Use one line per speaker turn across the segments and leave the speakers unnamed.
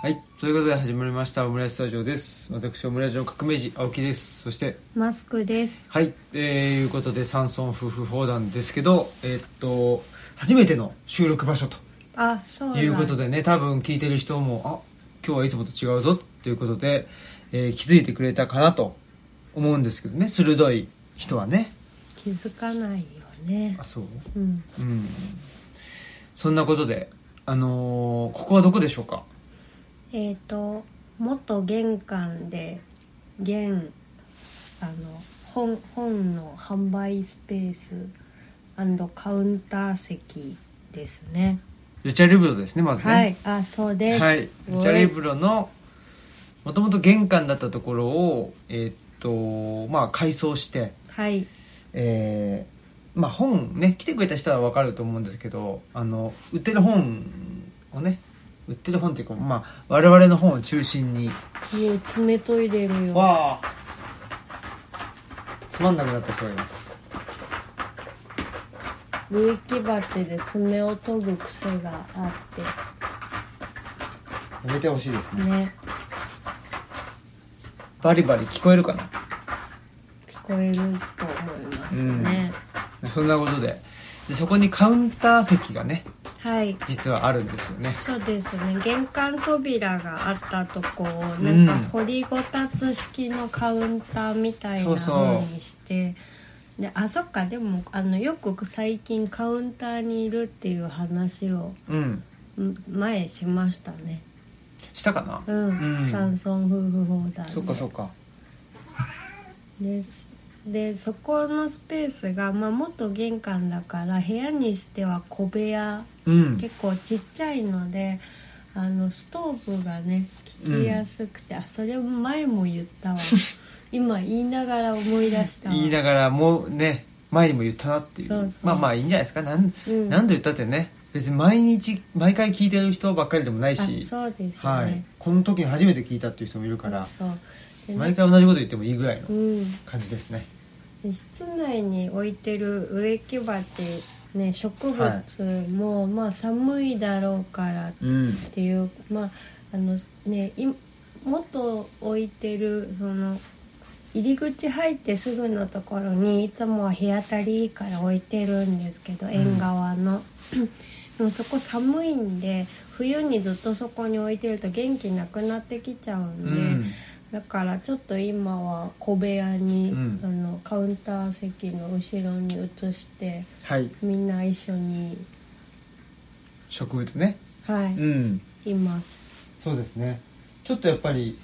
はい、ということで始まりましたオムライススタジオです。私オムライスの革命児青木です。そして
マスクです。
はい、えー、いうことで山村夫婦砲弾ですけど、えーっと初めての収録場所と
あ、そうなん
いうことでね、多分聞いてる人もあ今日はいつもと違うぞっていうことで、えー気づいてくれたかなと思うんですけどね、鋭い人はね。
気づかないよね
あ。そう。
うん。
うん。そんなことで、あのーここはどこでしょうか。
えっ、と元玄関で現あの本本の販売スペースカウンター席ですね。
ルチャリブロですねまずね。
はい、あ、そうです。
はい、ジ
おい
ャリブロのもともと玄関だったところをえーっとまあ改装して、
はい、
えーまあ本ね来てくれた人は分かると思うんですけどあの売ってる本をね売ってる本っていうか、まあ、我々の本を中心に
家爪と入れるよ。
わあつまんなくなった人がいます
植木鉢で爪を研ぐ癖があっ
やめてほしいです
て
ね
ね、
バリバリ聞こえるかな
聞こえると思いますね。
そんなことででそこにカウンター席がね
はい。
実はあるんですよね
そうですね玄関扉があったとこをなんか
うん
掘りごたつ式のカウンターみたい
そ
な
うそう
風にしてであそっかでもあのよく最近カウンターにいるっていう話を
うん
うん前しましたね
したかな
うん、山村夫婦砲弾
そっかそっか
ででそこのスペースが、まあ、元玄関だから部屋にしては小部屋
うん
結構ちっちゃいのであのストーブがね聞きやすくて、あそれ前も言った わ今言いながら思い出したわ
言いながらもうね前にも言ったなっていう
そうそう
まあまあいいんじゃないですかなん、
うん
何度言ったってね別に毎日毎回聞いてる人ばっかりでもないし
あそうですよ
はい
ね、、
この時に初めて聞いたっていう人もいるから
そうで
毎回同じこと言ってもいいぐらいの
うん、
感じですね
で室内に置いてる植木鉢ね植物も、まあ寒いだろうから
うん
っていうまああのねい元置いてるその入り口入ってすぐのところにいつもは日当たりいいから置いてるんですけど縁側 の、でもそこ寒いんで冬にずっとそこに置いてると元気なくなってきちゃうん
う
で、
ん
だからちょっと今は小部屋に、
うん
あのカウンター席の後ろに移して
はい
みんな一緒に
植物ね
はい、
うん
います
そうですねちょっとやっぱり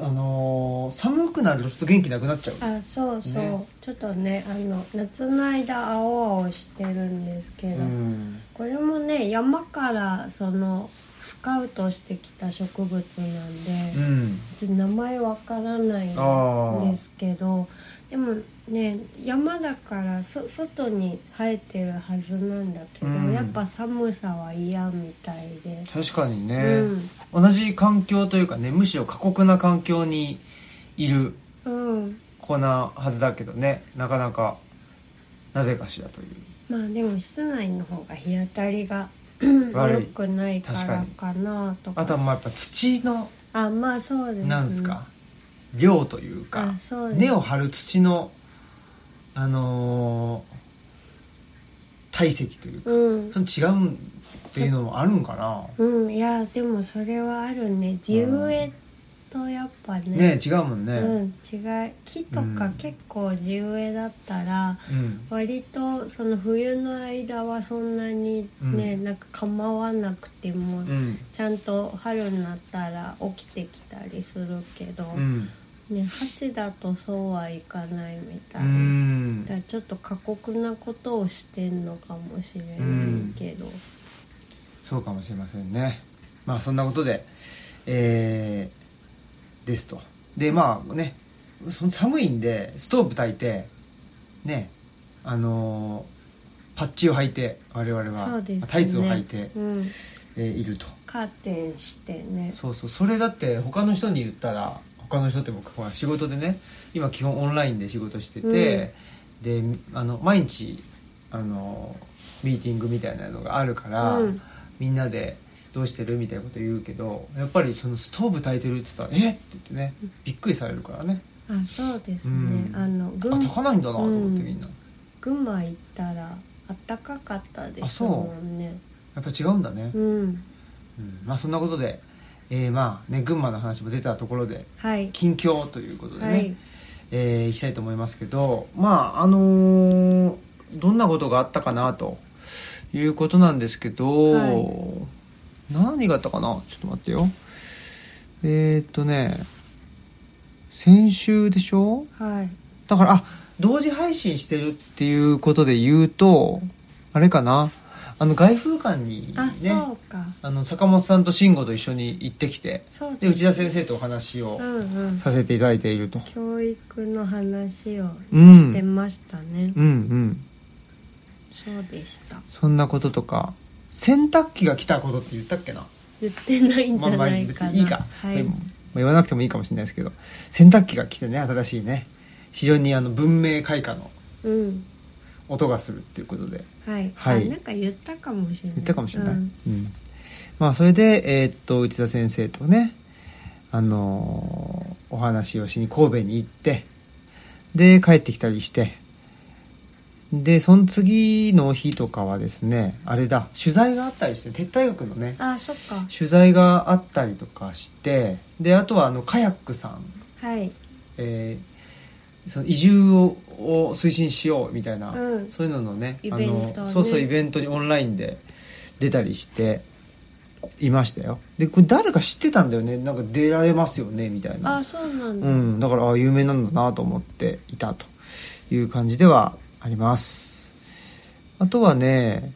あのー寒くなるとちょっと元気なくなっちゃう
あそうそう、
ね
ちょっとねあの夏の間青々してるんですけど、
うん
これもね山からそのスカウトしてきた植物なんで、
うん
ちょっと名前わからない
あー
んですけどでもね山だからそ外に生えてるはずなんだけど、
うん
やっぱ寒さは嫌みたいで、
確かにね、
うん
同じ環境というかねむしろ過酷な環境にいる
うん、
子なはずだけどねなかなかなぜかしらという
まあでも室内の方が日当たりが
悪い
良くないか
確からに
かなとか
あとはまあやっぱ土の
あまあそうですね
なんですか、量というか
あそうです
根を張る土のあのー体積というか、
うん
その違うっていうのもあるんかな、
うんいやでもそれはあるね地植えとやっぱ
ね
ね,、
違うもんね、
う
うん
ん、違い木と
う
か
ん
結構地植えだったら、割とその冬の間はそんなにね、
うん
なんか構わなくて
う
も、
ん
ちゃんと春になったら起きてきたりするけど、
うん
ね鉢だとそうはいかないみた
う
い、
ん
だからちょっと過酷なことをしてんのかもしれないけど、
そうかもしれませんねまあそんなことでえーですとでまあねその寒いんでストーブ炊いてねあのーパッチを履いて我々
そ
は、
うですね
タイツを履いて、
うん、
えーいると
カーテンしてね
そうそうそれだって他の人に言ったら他の人って僕ほら仕事でね今基本オンラインで仕事してて、であの毎日あのミーティングみたいなのがあるから、
うん
みんなでどうしてるみたいなこと言うけどやっぱりそのストーブ炊いてるって言ったら「えっ!」って言ってねびっくりされるからね
あそうですね、
うん
あの
あ
群
炊かないんだなと思ってみんな、
群馬行ったらあったかかったですもんね
やっぱ違うんだね、
うん
うんまあそんなことで、えーまあね群馬の話も出たところで
はい
近況ということでね、
はい
えーいきたいと思いますけどまああのーどんなことがあったかなということなんですけど、
はい
何があったかなちょっと待ってよえー、っとね先週でしょ
はい
だからあ同時配信してるっていうことで言うとあれかなあの外風館に
あ、
ね
そうか
あの坂本さんと慎吾と一緒に行ってきて
そう
で内
ね
田先生とお話を
うんうん
させていただいていると、
教育の話を
うん
してましたね、
うんうん
そうでした
そんなこととか洗濯機が来たことって言ったっけな
言ってないんじ
まあ
ゃ
まあ
ない
別
かな、
にいいか、
は
で
い
もまあ言わなくてもいいかもしれないですけど洗濯機が来てね新しいね非常にあの文明開化の
うん
音がするっていうことで
はい、
はい
あなんか言ったかもしれない
言ったかもしれない、
う
うんんまあ、それで、えーっと内田先生とね、あのーお話をしに神戸に行ってで帰ってきたりしてでその次の日とかはですねあれだ取材があったりして鉄大学のね
あそっか
取材があったりとかしてであとはあのカヤックさん、
はい
えーその移住をを推進しようみたいな、
うん
そういうののね
イベントね
あのそうそうイベントにオンラインで出たりしていましたよでこれ誰か知ってたんだよねなんか出られますよねみたいな
あそうなんだ、
うん、だからあ有名なんだなと思っていたという感じではありますあとはね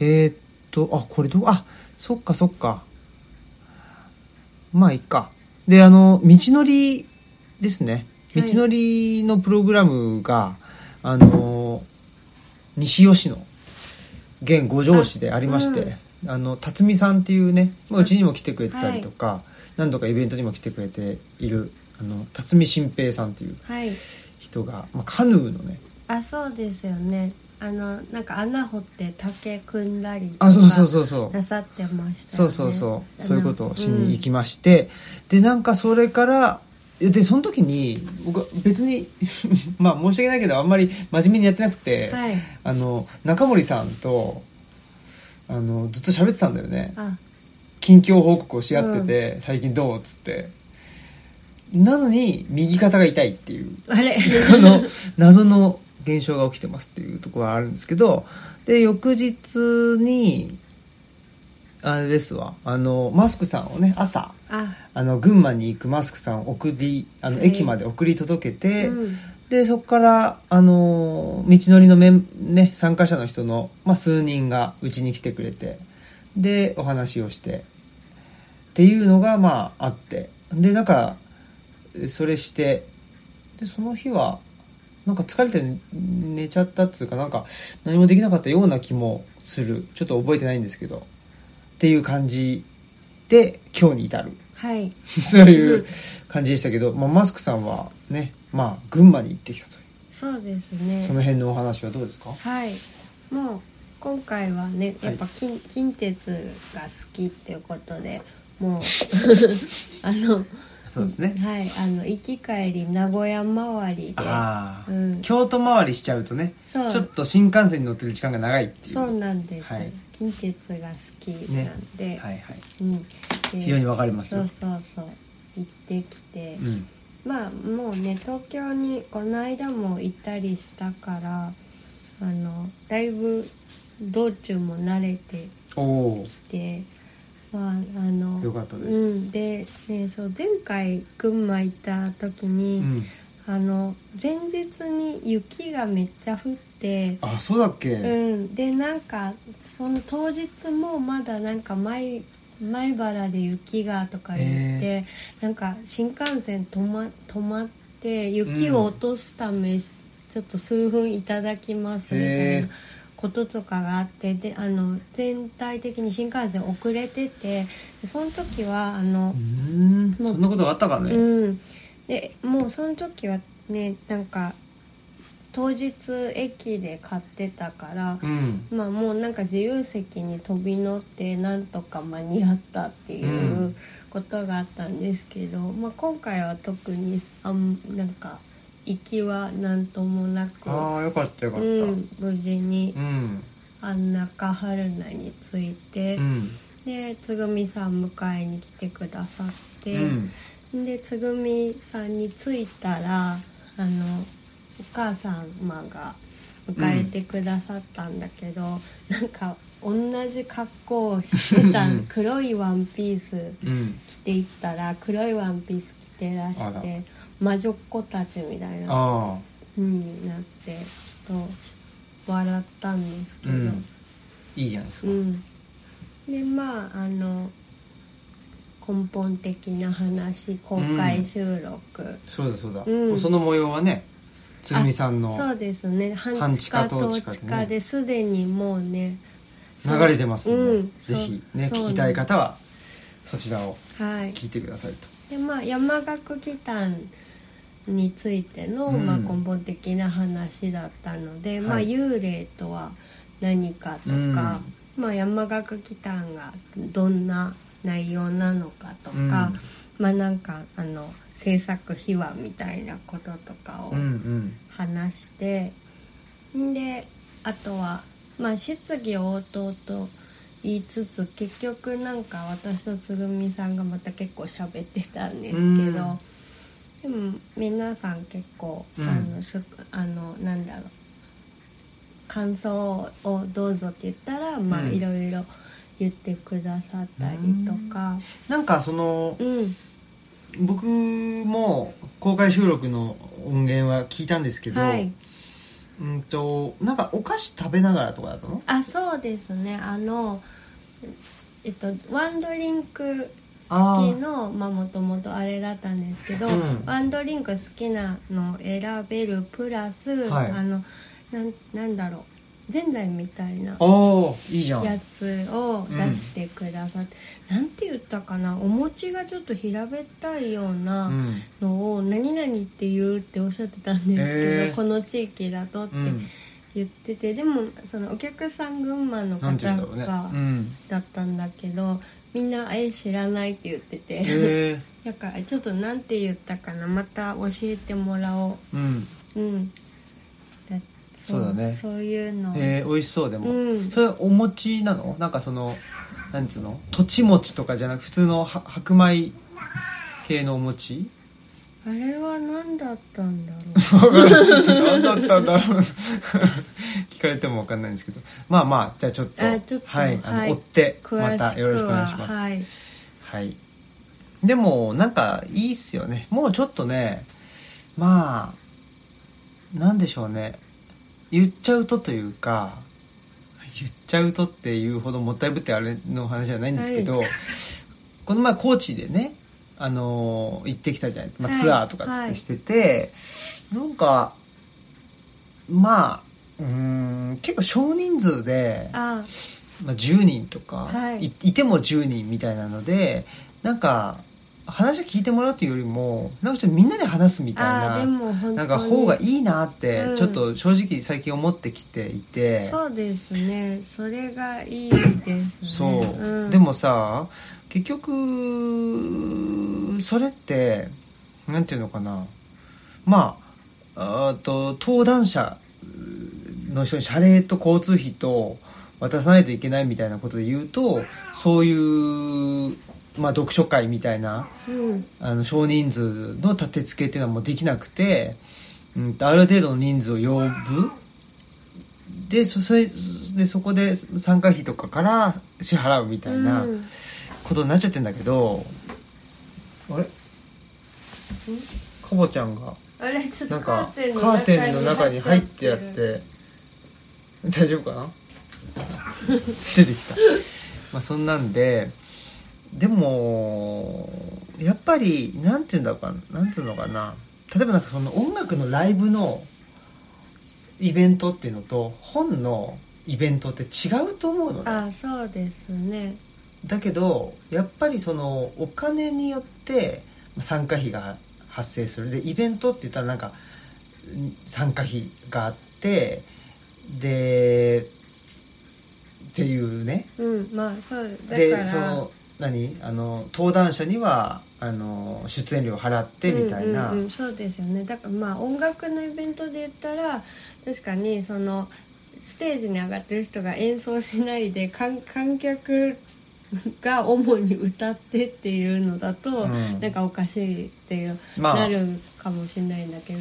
えーっとあこれどうあそっかそっかまあいっかであの道のりですね
は
道
い
のりのプログラムが、あの西尾市の現五条市でありましてあ、の辰巳さんっていうねまあうちにも来てくれてたりとか、何度かイベントにも来てくれているあの辰巳新平さんっていう
はい
人が、まあ、カヌーのね
あそうですよねあのなんか穴掘って竹組んだりとか
あそうそうそうそう
なさってました
そ
よ
う
ね
そうそう
あの
そういうことをしに行きまして、でなんかそれからでその時に僕は別に まあ申し訳ないけどあんまり真面目にやってなくて、
うんはい
あの中森さんとあのずっと喋ってたんだよね
あ
近況報告をし合ってて、最近どうっつってなのに右肩が痛いっていう
あれ
あの謎の現象が起きてますっていうところはあるんですけどで翌日にあれですわあのマスクさんをね朝
あ
あの群馬に行くマスクさんを送りあの
はい
駅まで送り届けて、
うん
でそこからあの道のりのメン、ね、参加者の人の、まあ、数人がうちに来てくれてでお話をしてっていうのがまああってでなんかえそれしてでその日はなんか疲れて寝ちゃったっつうかなんか何もできなかったような気もするちょっと覚えてないんですけどっていう感じで今日に至る
はい
そういう感じでしたけど、まあ、マスクさんはね、まあ、群馬に行ってきたという
そうですね
その辺のお話はどうですか
はいもう今回はね
はい
やっぱ近,、近鉄が好きっていうことで もうあの
そうですね
はいあの行き帰り名古屋周りで
ああ、
うん
京都回りしちゃうとねち
そう
ょっと新幹線に乗ってる時間が長いっていう
そうなんです、
はい
近鉄が好きなんで、
はいはい
うん、で
非常にわかります
そ
よ
うそうそう行ってきて、
うん
まあもうね東京にこの間も行ったりしたからあのだいぶ道中も慣れて
おお
きてまああの
よかったです
うん、で、ね、そう前回群馬行った時に、
うん
あの前日に雪がめっちゃ降って
あそうだっけ、
うん、でなんかその当日もまだなんか前前原で雪がとか言って、なんか新幹線止ま止まって雪を落とすため、ちょっと数分いただきますみたい
へ
な
ー
こととかがあってであの全体的に新幹線遅れててでその時はあの
う、んそんなことがあったかね、
うん、でもうその時はねなんか東当日駅で買ってたから、
うん
まあもうなんか自由席に飛び乗ってなんとか間に合ったっていううんことがあったんですけど、まあ、今回は特にあんなんか行きは何ともなく、
ああよかったよか
う
ったうん
ん、無事に
うん
安中春菜に着いて、
うん
でつぐみさん迎えに来てくださって。
うん
でつぐみさんに着いたらあのお母様が迎えてくださったんだけど、なんか同じ格好をしてた
うん
黒いワンピース
うん
着ていったら黒いワンピース着てら
あ
し
ら
て魔女っ子たちみたいな
ああ
風になってちょっと笑ったんですけ
う
ど。
んいいじゃないです
う
か
ん、でまああの根本的な話公開収録、
そうだそうだ
うん
その模様はねつぐみさん
あそう
の
ですね半
半
地
地
下
下
統
統
地
地下でね
下でですでにもうねそう
流れてます
うんん
でぜひね
そう
聞きたい方はそちらを
はい
聞いてくださいと
でまあ山岳祈祷についての、
うん
まあ、根本的な話だったので、まあ、
はい
幽霊とは何かとか、
うん
まあ、山岳祈祷がどんな内容なのかとか、
うん
まあなんかあの制作秘話みたいなこととか
う
を
んうん
話して、んであとはまあ質疑応答と言いつつ結局なんか私とつぐみさんがまた結構喋ってたんですけど、でも皆さん結構、
うん
あのしゅあのなんだろう感想をどうぞって言ったら、まあ
うん
いろいろ言ってくださったりとか、
なんかその
うん、
僕も公開収録の音源は聞いたんですけど、
はい
うんとなんかお菓子食べながらとかだったの
あそうですねあのえっとワンドリンク
あ
好きのまあもともとあれだったんですけど、
うん
ワンドリンク好きなのを選べるプラス、
はい
あのなんなんだろうぜんざいみたいな
あーいいじゃん
やつを出してくださって、なんて言ったかなお餅がちょっと平べったいよう
う
なんのを「何々って言う」っておっしゃってたんですけど、
へー
この地域だとって
うん
言ってて、でもそのお客さん群馬
な
の方
んて言うんだろうね
が
うん
だったんだけどみんな「え知らない」って言ってて。
へえ
だからちょっとなんて言ったかなまた教えてもらお
うん
ううんだ
そうだね
そういうの
えー、美味しそうでも、
うん
それお餅なのなんかそのなんつうのとち餅とかじゃなく普通のは白米系のお 餅
あれは何だったん だろ
何だったんだろう 聞かれても分かんないんですけどまあまあじゃあちょっと
あちょっと
はいあの、
はい
追って
う詳
ま
しくは
たよろしくお願いします、
はい、
はい。でも、なんか、いいっすよね。もうちょっとね、まあ、なんでしょうね。言っちゃうとというか、言っちゃうとっていうほどもったいぶってあれの話じゃないんですけど、この前、高知でね、あのー行ってきたじゃん。まあ、
はい
ツアーとかつっ
はい
てしてて、なんか、まあ、うーん、結構少人数で、
あ
まあ、10人とか、
はい
いいても10人みたいなのでなんか話聞いてもらうというよりもなんかちょっとみんなで話すみたい
あで
な
も本当に
なんか方がいいなって
うん
ちょっと正直最近思ってきていて、
そうですねそれがいいですね
そう、
ん
でもさ結局それってなんていうのかなまああーと登壇者の人に謝礼と交通費と渡さないといけないみたいなことで言うとそういう、まあ、読書会みたいな
うん
あの少人数の立て付けっていうのはもうできなくて、うん、ある程度の人数を呼ぶでそそれでそこで参加費とかから支払うみたいな
うん
ことになっちゃってんだけど、あれかぼちゃんが
あれちょっ
な
と
ん
カ
か
ーテン
カーテンの中に入ってやっ
る
て大丈夫か な出てきたまあそんなんででもやっぱりなんていうんだろうかなんていうのかな例えばなんかその音楽のライブのイベントっていうのと本のイベントって違うと思うのね
あそうですね
だけどやっぱりそのお金によって参加費が発生するでイベントって言ったらなんか参加費があってでっていうね
うんまあそうだか
で
ら
その何あの登壇者にはあの出演料払ってみたいな、
うんうんうんそうですよねだからまあ音楽のイベントで言ったら確かにそのステージに上がってる人が演奏しないで観観客が主に歌ってっていうのだと、
うん
なんかおかしいっていう、
まあ
なるかもしれないんだけど、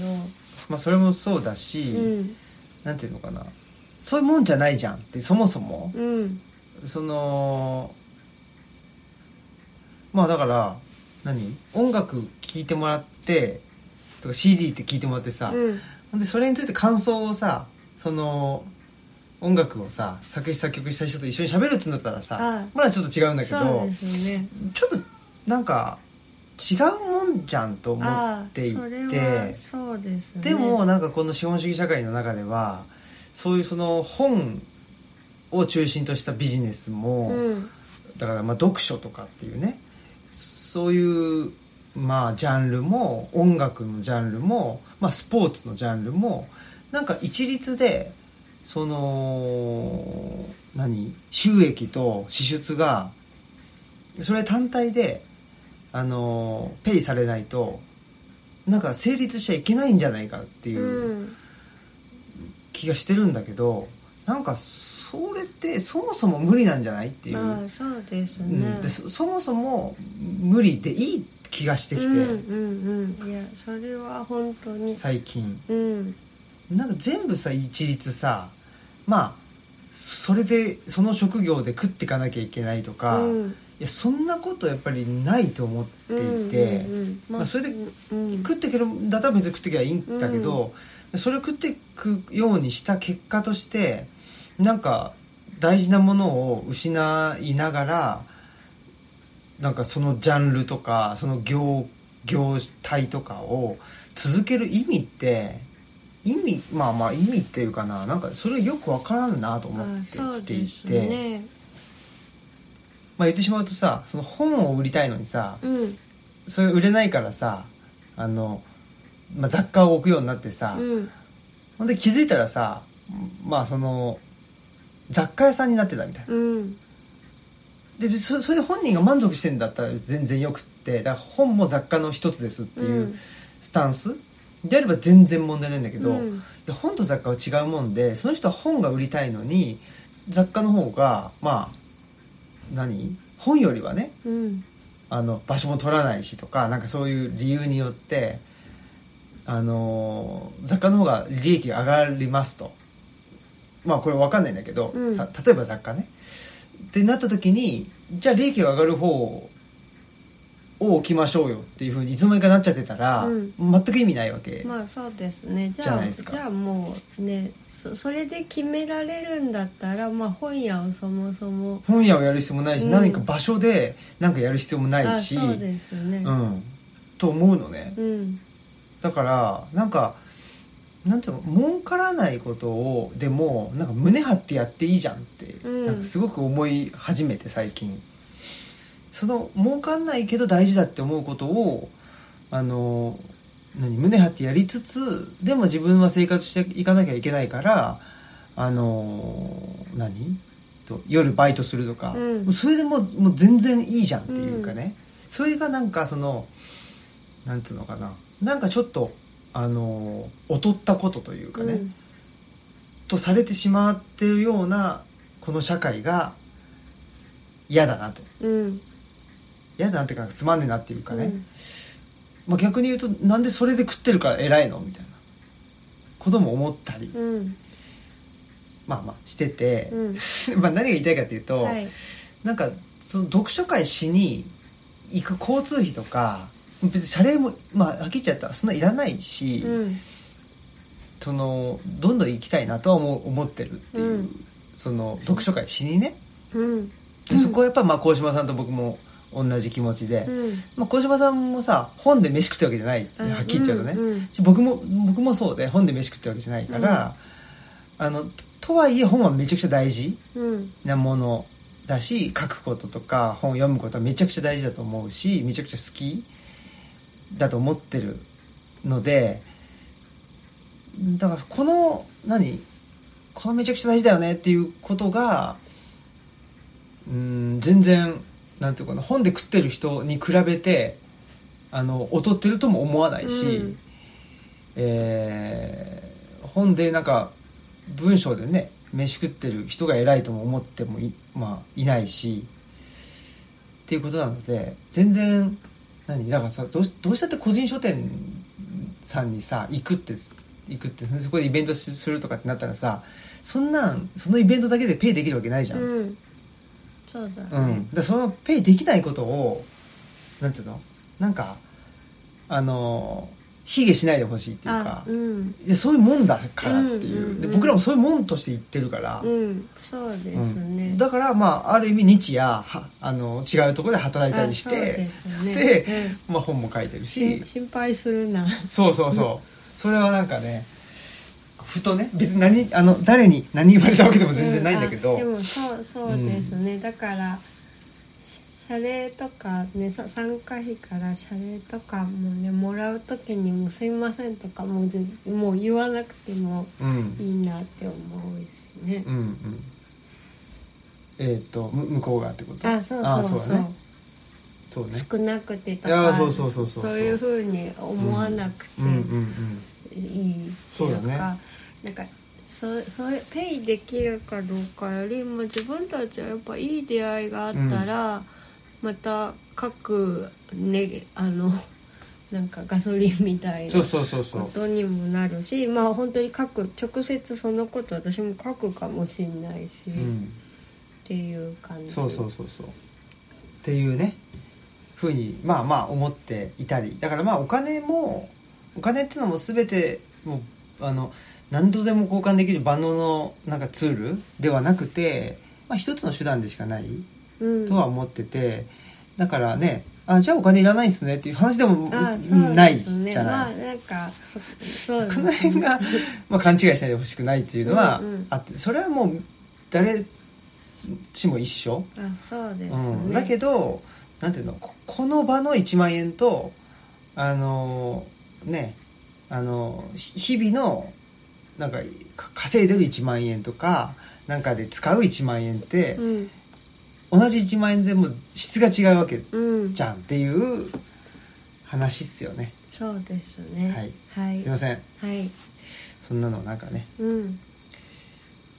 まあ、それもそうだし、
うん
なんていうのかなそういうもんじゃないじゃんってそもそも、
うん
そのまあだから何音楽聴いてもらってとか CD って聴いてもらってさ、
うん
ほんでそれについて感想をさその音楽をさ作詞作曲した人と一緒に喋るっつうんだったら
ああ
さまだちょっと違うんだけ
そう
ど
ですよね
ちょっとなんか違うもんじゃんと思
ああ
ってい
それ
て
はそうですね
でもなんかこの資本主義社会の中ではそういうその本を中心としたビジネスも、
うん
だからまあ読書とかっていうねそういうまあジャンルも音楽のジャンルも、まあ、スポーツのジャンルもなんか一律でその何収益と支出がそれ単体であのペイされないとなんか成立しちゃいけないんじゃないかっていうううん気がしてるんだけど、なんかそれってそもそも無理なんじゃないっていう。
ああそうです
う
ね、
ん、でそそもそも無理でいい気がしてきて、
うんうんうんいやそれは本当に
最近
うん
なんか全部さ一律さまあそれでその職業で食っていかなきゃいけないとか、
う
い
ん
やそんなことやっぱりないと思っていて、
うんうんうん
まあそれで
うんうん
食っていけるんだったら別に食っていけばいいんだけど、それを食っていくようにした結果としてなんか大事なものを失いながらなんかそのジャンルとかその業業態とかを続ける意味って意味まあまあ意味っていうかななんかそれよくわからんなと思
あ
って
そ
き
う
てい
です
て、
ね
まあ言ってしまうとさその本を売りたいのにさ
うん
それ売れないからさあの、まあ、雑貨を置くようになってさ、
うん
ほんで気づいたらさまあその雑貨屋さんになってたみたいな
うん
でそそれで本人が満足してんだったら全然よくってだから本も雑貨の一つですっていうスタンス、であれば全然問題ないんだけど、
う
い
ん
や本と雑貨は違うもんでその人は本が売りたいのに雑貨の方がまあ何本よりはね
うん
あの場所も取らないしとかなんかそういう理由によってあのー雑貨の方が利益が上がりますとまあこれ分かんないんだけど、
うん
た例えば雑貨ねってなった時にじゃあ利益が上がる方を置きましょうよっていうふうにいつの間にかなっちゃってたら、
うん
全く意味ないわけ、
まあそうですねじ
じゃ
ゃ
な
あ
い
じ
ですか
ゃあもうねそそれで決められるんだったらまあ本屋をそもそも
本屋をやる必要もないし、
うん
何か場所で何かやる必要もないし
あそうですね
うん、と思うのね、
うん
だからなんかなんていうの儲からないことをでもなんか胸張ってやっていいじゃんって、
うん
なんかすごく思い始めて最近その儲かんないけど大事だって思うことをあの何胸張ってやりつつでも自分は生活していかなきゃいけないからあの何と夜バイトするとか、
うん
それでもうもう全然いいじゃんっていうかね、それがなんかそのなんつうのかななんかちょっとあの劣ったことというかね、
うん
とされてしまってるようなこの社会が嫌だなと
うん
嫌だなっていうかつまんねえなっていうかね、
うん
まあ、逆に言うとなんでそれで食ってるから偉いのみたいなことも思ったり、
うん
まあまあしてて、
うん
まあ何が言いたいかというと、
はい
なんかその読書会しに行く交通費とか別に謝礼もまあ飽きちゃったらそんないらないし、
うん
そのどんどん行きたいなとは思う思ってるっていう、
うん
その読書会しにね、
うん
でそこはやっぱまあ鴻島さんと僕も同じ気持ちで、
うん
まあ、鴻島さんもさ本で飯食ってわけじゃないってはっきり言っちゃうとね、
んん
し僕も僕もそうで本で飯食ってわけじゃないから、あのととはいえ本はめちゃくちゃ大事
うん
なものだし書くこととか本を読むことはめちゃくちゃ大事だと思うしめちゃくちゃ好きだと思ってるのでだからこの何このめちゃくちゃ大事だよねっていうことがうん全然なんていうかな本で食ってる人に比べてあの劣ってるとも思わないし、
うん
えー本でなんか文章でね飯食ってる人が偉いとも思ってもい,、まあ、いないしっていうことなので全然何だからさどうしどうしたって個人書店さんにさ行くって行くってそこでイベントしするとかってなったらさそんなんそのイベントだけでペイできるわけないじゃん、
うんそうだね、
うん、でそのペイできないことをなんていうのなんかあの卑下しないでほしいっていう
あ
か、
うん
でそういうもんだからっていう,、
うんうんうん
で僕らもそういうもんとして言ってるから、
うんそうです
う
ね
ん、だからまあある意味日夜はあの違うところで働いたりし
あそう
て
ですね
でまあ、本も書いてる
うん
し
し心配するな
そうそうそうそれはなんかねふとね別に何あの誰に何言われたわけでも全然ないんだけど、
うあでもそうそうですね、だからし謝礼とかねさ参加費から謝礼とかもねもらう時にも「すいません」とかもうぜもう言わなくても
うん
いいなって思うしね
う、んうんえっ、とむ向こうがってこと
あそう
あ
そうそう
だねそうね
少なくてと
いや
か
そうそうそうそう
いうふうに思わなくて
うんうんうん
いいって
そう
い
だ
うか、
ね
なんかそうそういうペイできるかどうかよりも自分たちはやっぱいい出会いがあったら、また各ねあの なんかガソリンみたいな
そうそうそうそ
こ
う
とにもなるしまあ本当に書く直接そのこと私も書くかもしれない
う
し、っ
ん
ていう感じ
そうそうそうそうっていうねふうにまあまあ思っていたりだからまあお金もお金っていうのも全てもうあの何度でも交換できる万能のなんかツールではなくて、まあ、一つの手段でしかない
うん、
とは思ってて、だからねあじゃあお金いらないんすねっていう話でも
あそうですね
ないじゃない、
まあなんかそうです
こ
ね
の辺 が、まあ、勘違いしないでほしくないっていうのは
うんうん
あって、それはもう誰しも一緒、
あそうですね、
うん、だけどなんていうのここの場の1万円とあのーねあのーひ日々のなんかか稼いでる1万円とかなんかで使う1万円って、
うん
同じ1万円でも質が違うわけ
うん
じゃんっていう話っすよね
そうですね
はい
はい
すいません
はい
そんなのなんかね
うん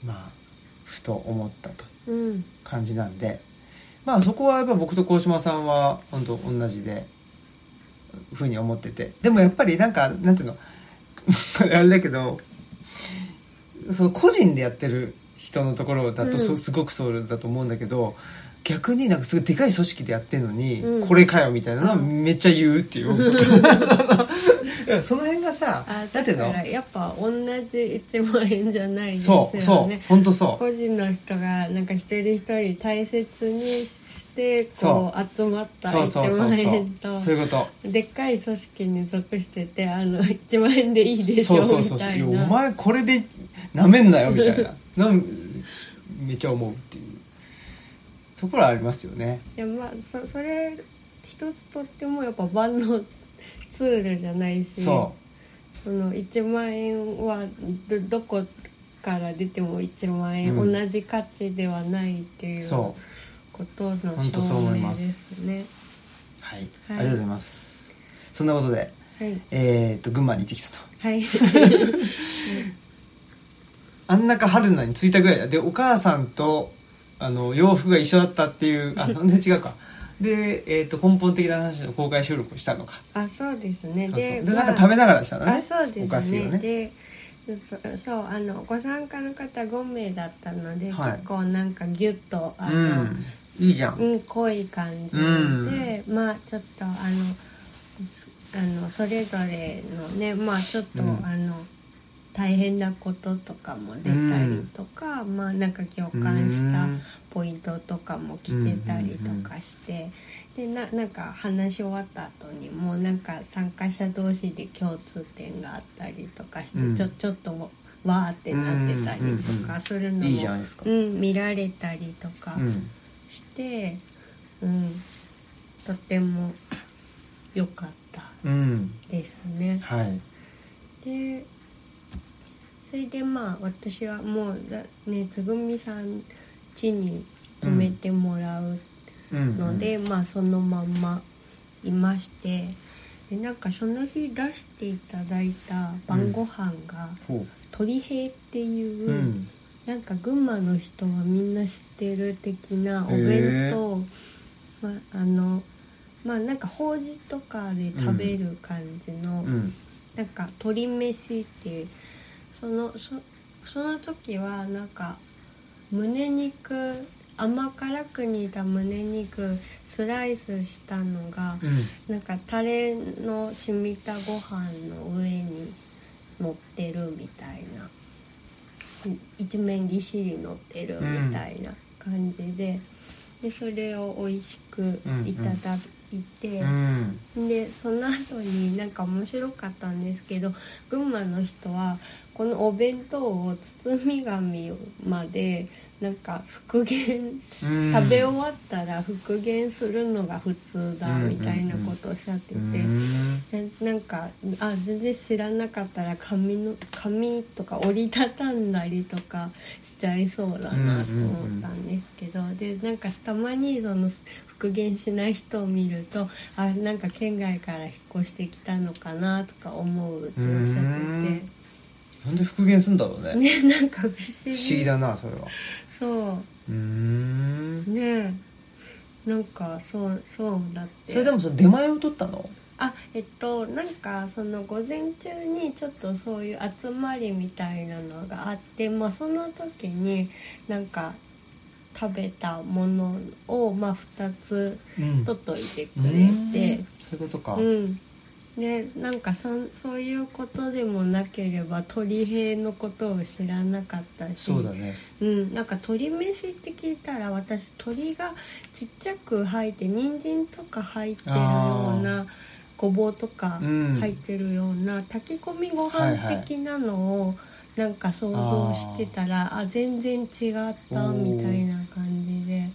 まあふと思ったと
うん
感じなんでまあそこはやっぱ僕と鴻島さんは本当同じでふうに思っててでもやっぱりなんかなんていうの あれだけどその個人でやってる人のところだと、そ
うん
すごくそうだと思うんだけど逆になんかすごいでかい組織でやってるのに、
うん
これかよみたいなのは
うん
めっちゃ言うっていう、いや その辺がさ
あ
なん
だ
ていう
か
の
らやっぱ同じ1万円じゃないですよ
そ
ね
うそう本当そう
個人の人がなんか一人一人大切にしてこ
そう
集まった
そうそう
1
そう
万
そう
円と
そういうこと
でっかい組織に属しててあの1万円でいいでし
そ
ょ
うそうそう
み
そう
た
い
い
や
な
お前これでなめんなよみたいなな んめっちゃ思うっていうところはありますよね
いやまあそそれ一つとってもやっぱ万能ツールじゃないし
そ
その1万円はどどこから出ても1万円、
うん
同じ価値ではないっていうう
そ
ことの
本当そう
証
思い
明
ま
ですね。
うはい、あ
は
りがと
い
うございますそんなことで
はい、
えー、と群馬に行ってきたと
はい、
あんなか春菜に着いたぐらいだでお母さんとあの洋服が一緒だったって いうあなんで違うかで、えー、と根本的な話の公開収録をしたのか
あそうですね
そうそうで
で
なん
まあ
か食べながらしたのね
あそうですね
お菓子をね
でそそうあのご参加の方5名だったので、
はい
結構なんかギュッとあ
う
の、
んいいじゃん、
うん、濃い感じで、まあちょっとあのすあのそれぞれのねまあちょっと、
うん
あの大変なこととかも出たりとか、まあなんか共感したポイントとかも聞けたりとかして、でななんか話し終わった後にもうなんか参加者同士で共通点があったりとかして、
うん
ちょちょっともわーってなってたりとかするのも、
いいじゃないですか
うん、見られたりとか。
うん
して、うん、とても良かった
うん
ですね。
はい
でそれでまあ私はもうだねつぐみさん家に泊めてもらう
うん
ので、まあそのまんまいましてでなんかその日出していただいた晩ご飯が、
ほ
鳥平っていう、
ううん
なんか群馬の人はみんな知ってる的なお
へ
弁
え
当、まああのまあなんかほうじとかで食べる感じの、
うん
なんか鶏飯っていうそのそその時はなんか胸肉甘辛く煮た胸肉スライスしたのが、
うん
なんかタレの染みたご飯の上に乗ってるみたいな一面ぎっしり乗ってるみたいな感じで,、でそれを美味しくいただいて。
うん
でその後になんか面白かったんですけど群馬の人はこのお弁当を包み紙までなんか復元し
うん
食べ終わったら復元するのが普通だ
うん
みたいなことをおっしゃってて。
うん
ななんかあ全然知らなかったら紙の紙とか折りたたんだりとかしちゃいそうだなと思ったんですけど、でなんかたまにその復元しない人を見るとあなんか県外から引っ越してきたのかなとか思うっておっしゃって
なんで復元するんだろう
て
ね
ねなんか不思
不
議
思議だなそれは
そう
ーん
うねなんかそうそうだって
それでもその出前を取ったの
あえっとなんかその午前中にちょっとそういう集まりみたいなのがあって、まあ、その時になんか食べたものを、まあ、2つ
うん
取っといてく
う
れ
ん
て。
そういうことか
うんね、なんかそんそういうことでもなければ鳥平のことを知らなかったし
そうだね
うん、なんか鶏飯って聞いたら私鶏がちっちゃく入って人参とか入ってるようなごぼうとか
うん
入ってるような炊き込みご飯的なのをなんか想像してたら、あ全然違ったみたいな感じで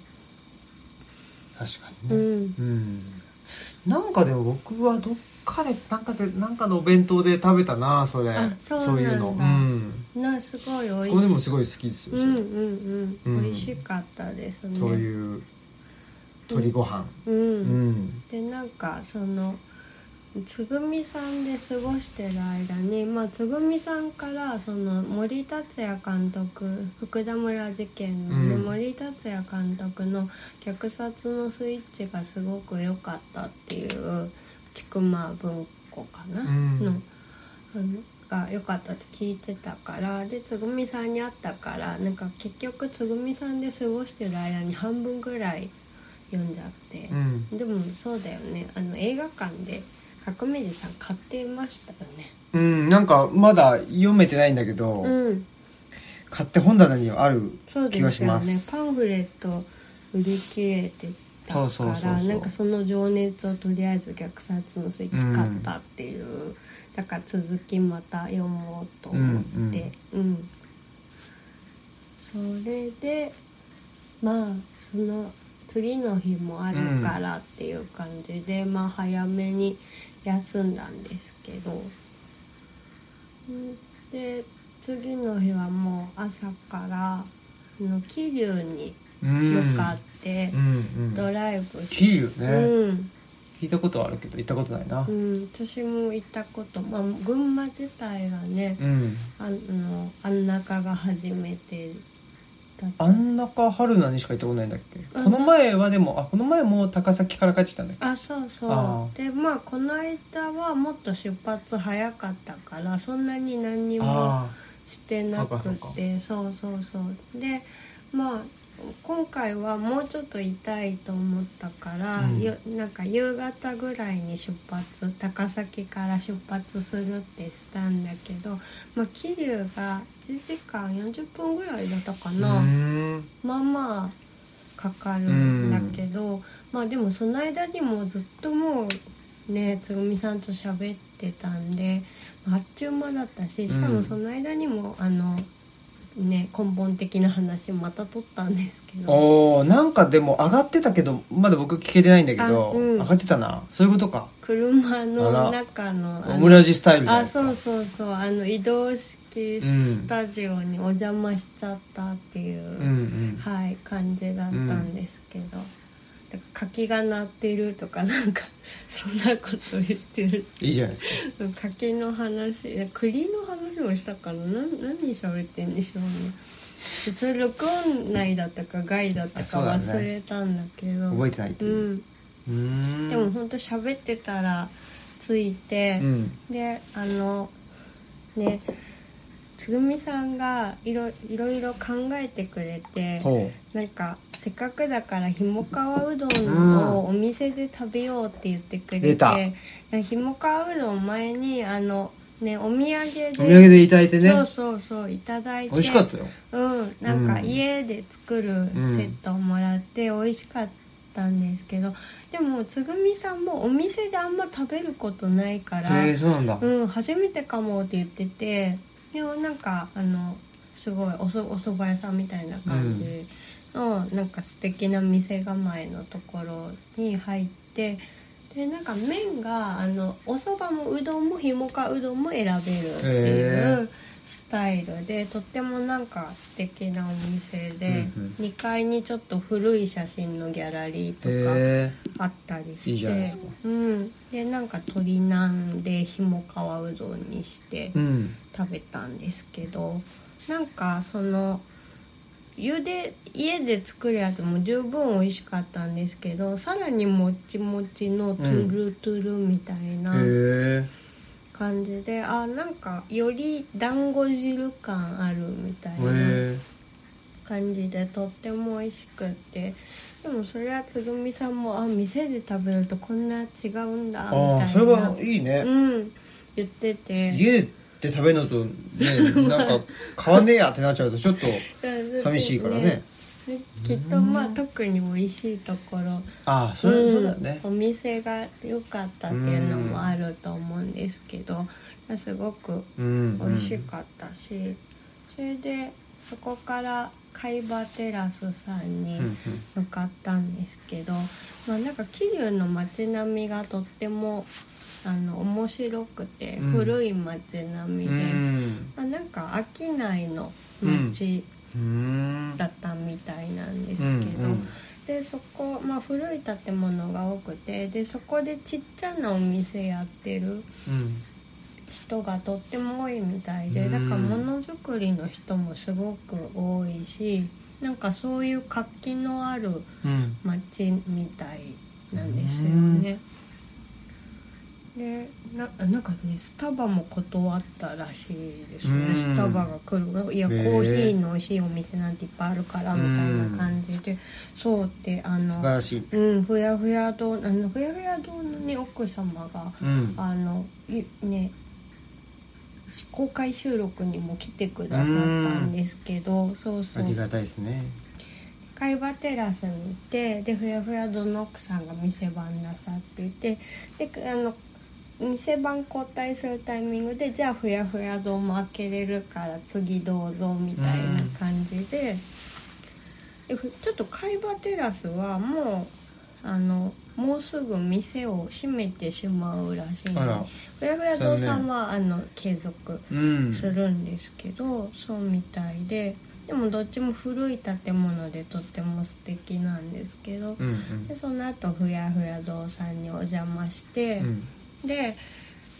確か
う
にね
ん
うんなんかでも僕はどっかでなんかでなんかのお弁当で食べたなそれ
あそうなんだ
いうのうん
なすごい美味し
これでも
い
すごい好きですよ
う
そ
ん
れ
うんう
うんん
美味しかったですね
そういう鶏ご飯
うん
うん
でなんかそのつぐみさんで過ごしてる間に、まあ、つぐみさんからその森達也監督福田村事件の、ね
うん
森達也監督の「虐殺のスイッチ」がすごく良かったっていう千曲文庫かな、
うん
のあのが良かったって聞いてたからでつぐみさんに会ったからなんか結局つぐみさんで過ごしてる間に半分ぐらい読んじゃって。
うん
でもそうだよねあの映画館で革命児さん買ってましたよね
うんなんかまだ読めてないんだけど
うん
買って本棚にはある
そう
気が
で
し
すよ
ま
ね
す
パンフレット売り切れてたから
そうそうそうそう
なんかその情熱をとりあえず虐殺のスイッチ買ったっていう、だから続きまた読もうと思ってうん、それでまあその次の日もあるからっていう感じで、まあ早めに休んだんですけどんで次の日はもう朝からあの桐生に向かって
うんうん
ドライブして、
桐生
う
ね、
ん
聞いたことはあるけど行ったことないな
うん、私も行ったこと、まあ、群馬自体がね
うん、
あのあんなかが初めてだった
あんなか春菜にしか行ったことないんだっけ
うん
この前はでもあこの前も高崎から帰ってきたんだっけ
あそうそ
あ
うでまあこの間はもっと出発早かったからそんなに何にもしてなく
そうか
てそうそうそうでまあ今回はもうちょっと痛いと思ったから、
うん
よなんか夕方ぐらいに出発高崎から出発するってしたんだけど、まあ、桐生が1時間40分ぐらいだったか
あ
な。
うーん
まあまあかかるんだけど、まあでもその間にもずっともうねつぐみさんと喋ってたんでまああっちゅう間だったししか
う
も
ん
その間にも、あのね根本的な話また取ったんですけど
おーなんかでも上がってたけどまだ僕聞けてないんだけど、
あうん
上がってたなそういうことか
車の
あら
中のあ
オ
の
ムラジスタイルじゃない
あ
ですか
そうそうそうあの移動式ちスタジオにお邪魔しちゃったっていう、
うんうん
はい、感じだったんですけど、だから柿が鳴ってるとかなんかそんなこと言ってる
いいじゃないですか
柿の話栗の話もしたからな何喋ってんでしょうねでそれ録音内だったか外だった
あそ
か
うだね
忘れたんだけど
覚えてないっていう
うん、
うーん
でも本当喋ってたらついて、
うん
であのねつぐみさんがいろいろいろ考えてくれて
ほ
なんかせっかくだからひもかわうど
うん
んをお店で食べようって言ってくれて、
出た
ひもかわうどん前にあのねお土産
う
で
お土産でいただいてね
そうそうそういただいて
美味しかったよ
うんなんか
うん
家で作るセットをもらって美味しかったんですけど、でもつぐみさんもお店であんま食べることないから、
へえそうなんだ
うん、初めてかもって言っててでもなんかあのすごいおそお蕎麦屋さんみたいな感じの、なんか素敵な店構えのところに入ってでなんか麺があのお蕎麦もうどんもひもかうどんも選べるって
へ
い
え
うスタイルでとってもなんか素敵なお店で、
うんうん
2階にちょっと古い写真のギャラリーとか。
へ
あったりして
いいじゃないですか
うん、でなんか鶏なんでひもかわうどんにして
えうん
食べたんですけどなんかそのゆで家で作るやつも十分美味しかったんですけどさらにもっちもちのトゥルトゥルみたいな
へ
感じで、あなんかより団子汁感あるみたい
え
な。
へ
感じでとっても美味しくってでもそれはつぐみさんもあ店で食べるとこんな違うんだみた
あ
いな
あそれはいいね
うん言ってて
家で食べるのと ねなんか買わねえやってなっちゃうとちょっと寂しいからね
できっとまあ特に美味しいところ
ああそれそうだよね
うんお店が良かったっていうのもあると思うんですけどすごく
うん
美味しかったし、それでそこから海馬テラスさんに、
うん
向かったんですけど、まあ、なんか桐生の街並みがとってもあの面白くて、
うん
古い街並み
う
で、
ん
まあ、なんか商いの街
うん
だったみたいなんです
う
けど、
んうん
でそこ、まあ、古い建物が多くてでそこでちっちゃなお店やってる
うん
人がとっても多いみたいで
うん
だからものづくりの人もすごく多いしなんかそういう活気のある
うん
街みたいなんですよね。でななんかねスタバも断ったらしいです
う
ね
ん
スタバが来るいや、
ねえ
コーヒーの美味しいお店なんていっぱいあるからみたいな感じで、そうってあ
素晴
の
らしい
うんふやふや堂あのふやふや堂のね奥様が
うん
あのいね公開収録にも来てくださったんですけどそう
あ
そう
りがたいですね
海馬テラスに行ってでふやふやどの奥さんが店番なさっていてであの店番交代するタイミングでじゃあふやふや丼も開けれるから次どうぞみたいな感じで,で、ふちょっと海馬テラスはもうあのもうすぐ店を閉めてしまうらしい
あら
のでふやふや丼さんはあの継続
うん
するんですけど、そうみたいででもどっちも古い建物でとっても素敵なんですけど、
うん
でその後ふやふや堂さんにお邪魔して、
うん
で、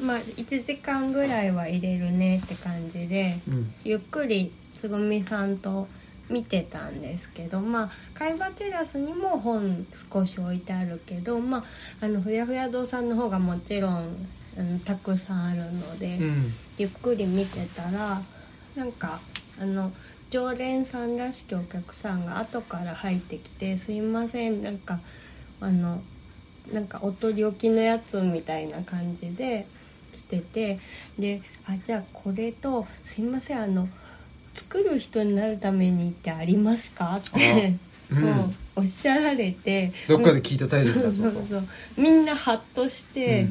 まあ、1時間ぐらいは入れるねって感じで
うん
ゆっくりつぐみさんと見てたんですけどまあ海馬テラスにも本少し置いてあるけど、まあ、あのふやふや堂さんの方がもちろんあのたくさんあるので。
うん
ゆっくり見てたらなんかあの常連さんらしきお客さんが後から入ってきて「すいませんなんかあのなんかお取り置きのやつ」みたいな感じで来ててで「あじゃあこれとすいませんあの作る人になるためにってありますか?」って
あ
そう
うん
おっしゃられて
どっかで聞いたタイトル
そ
だ
う
ぞ
そう
と
そうみんなハッとして、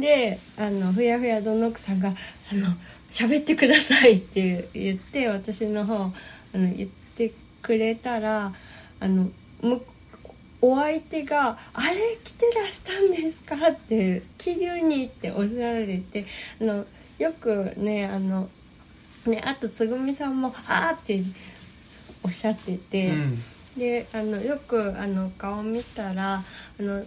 であのふやふやどのくさんが「あの喋ってください」って言って私の方あの言ってくれたらあのむお相手が「あれ来てらしたんですか?」って「気流に」っておっしゃられてあのよくねあのね、あとつぐみさんも「あー」っておっしゃってて、
うん
であのよくあの顔見たらあの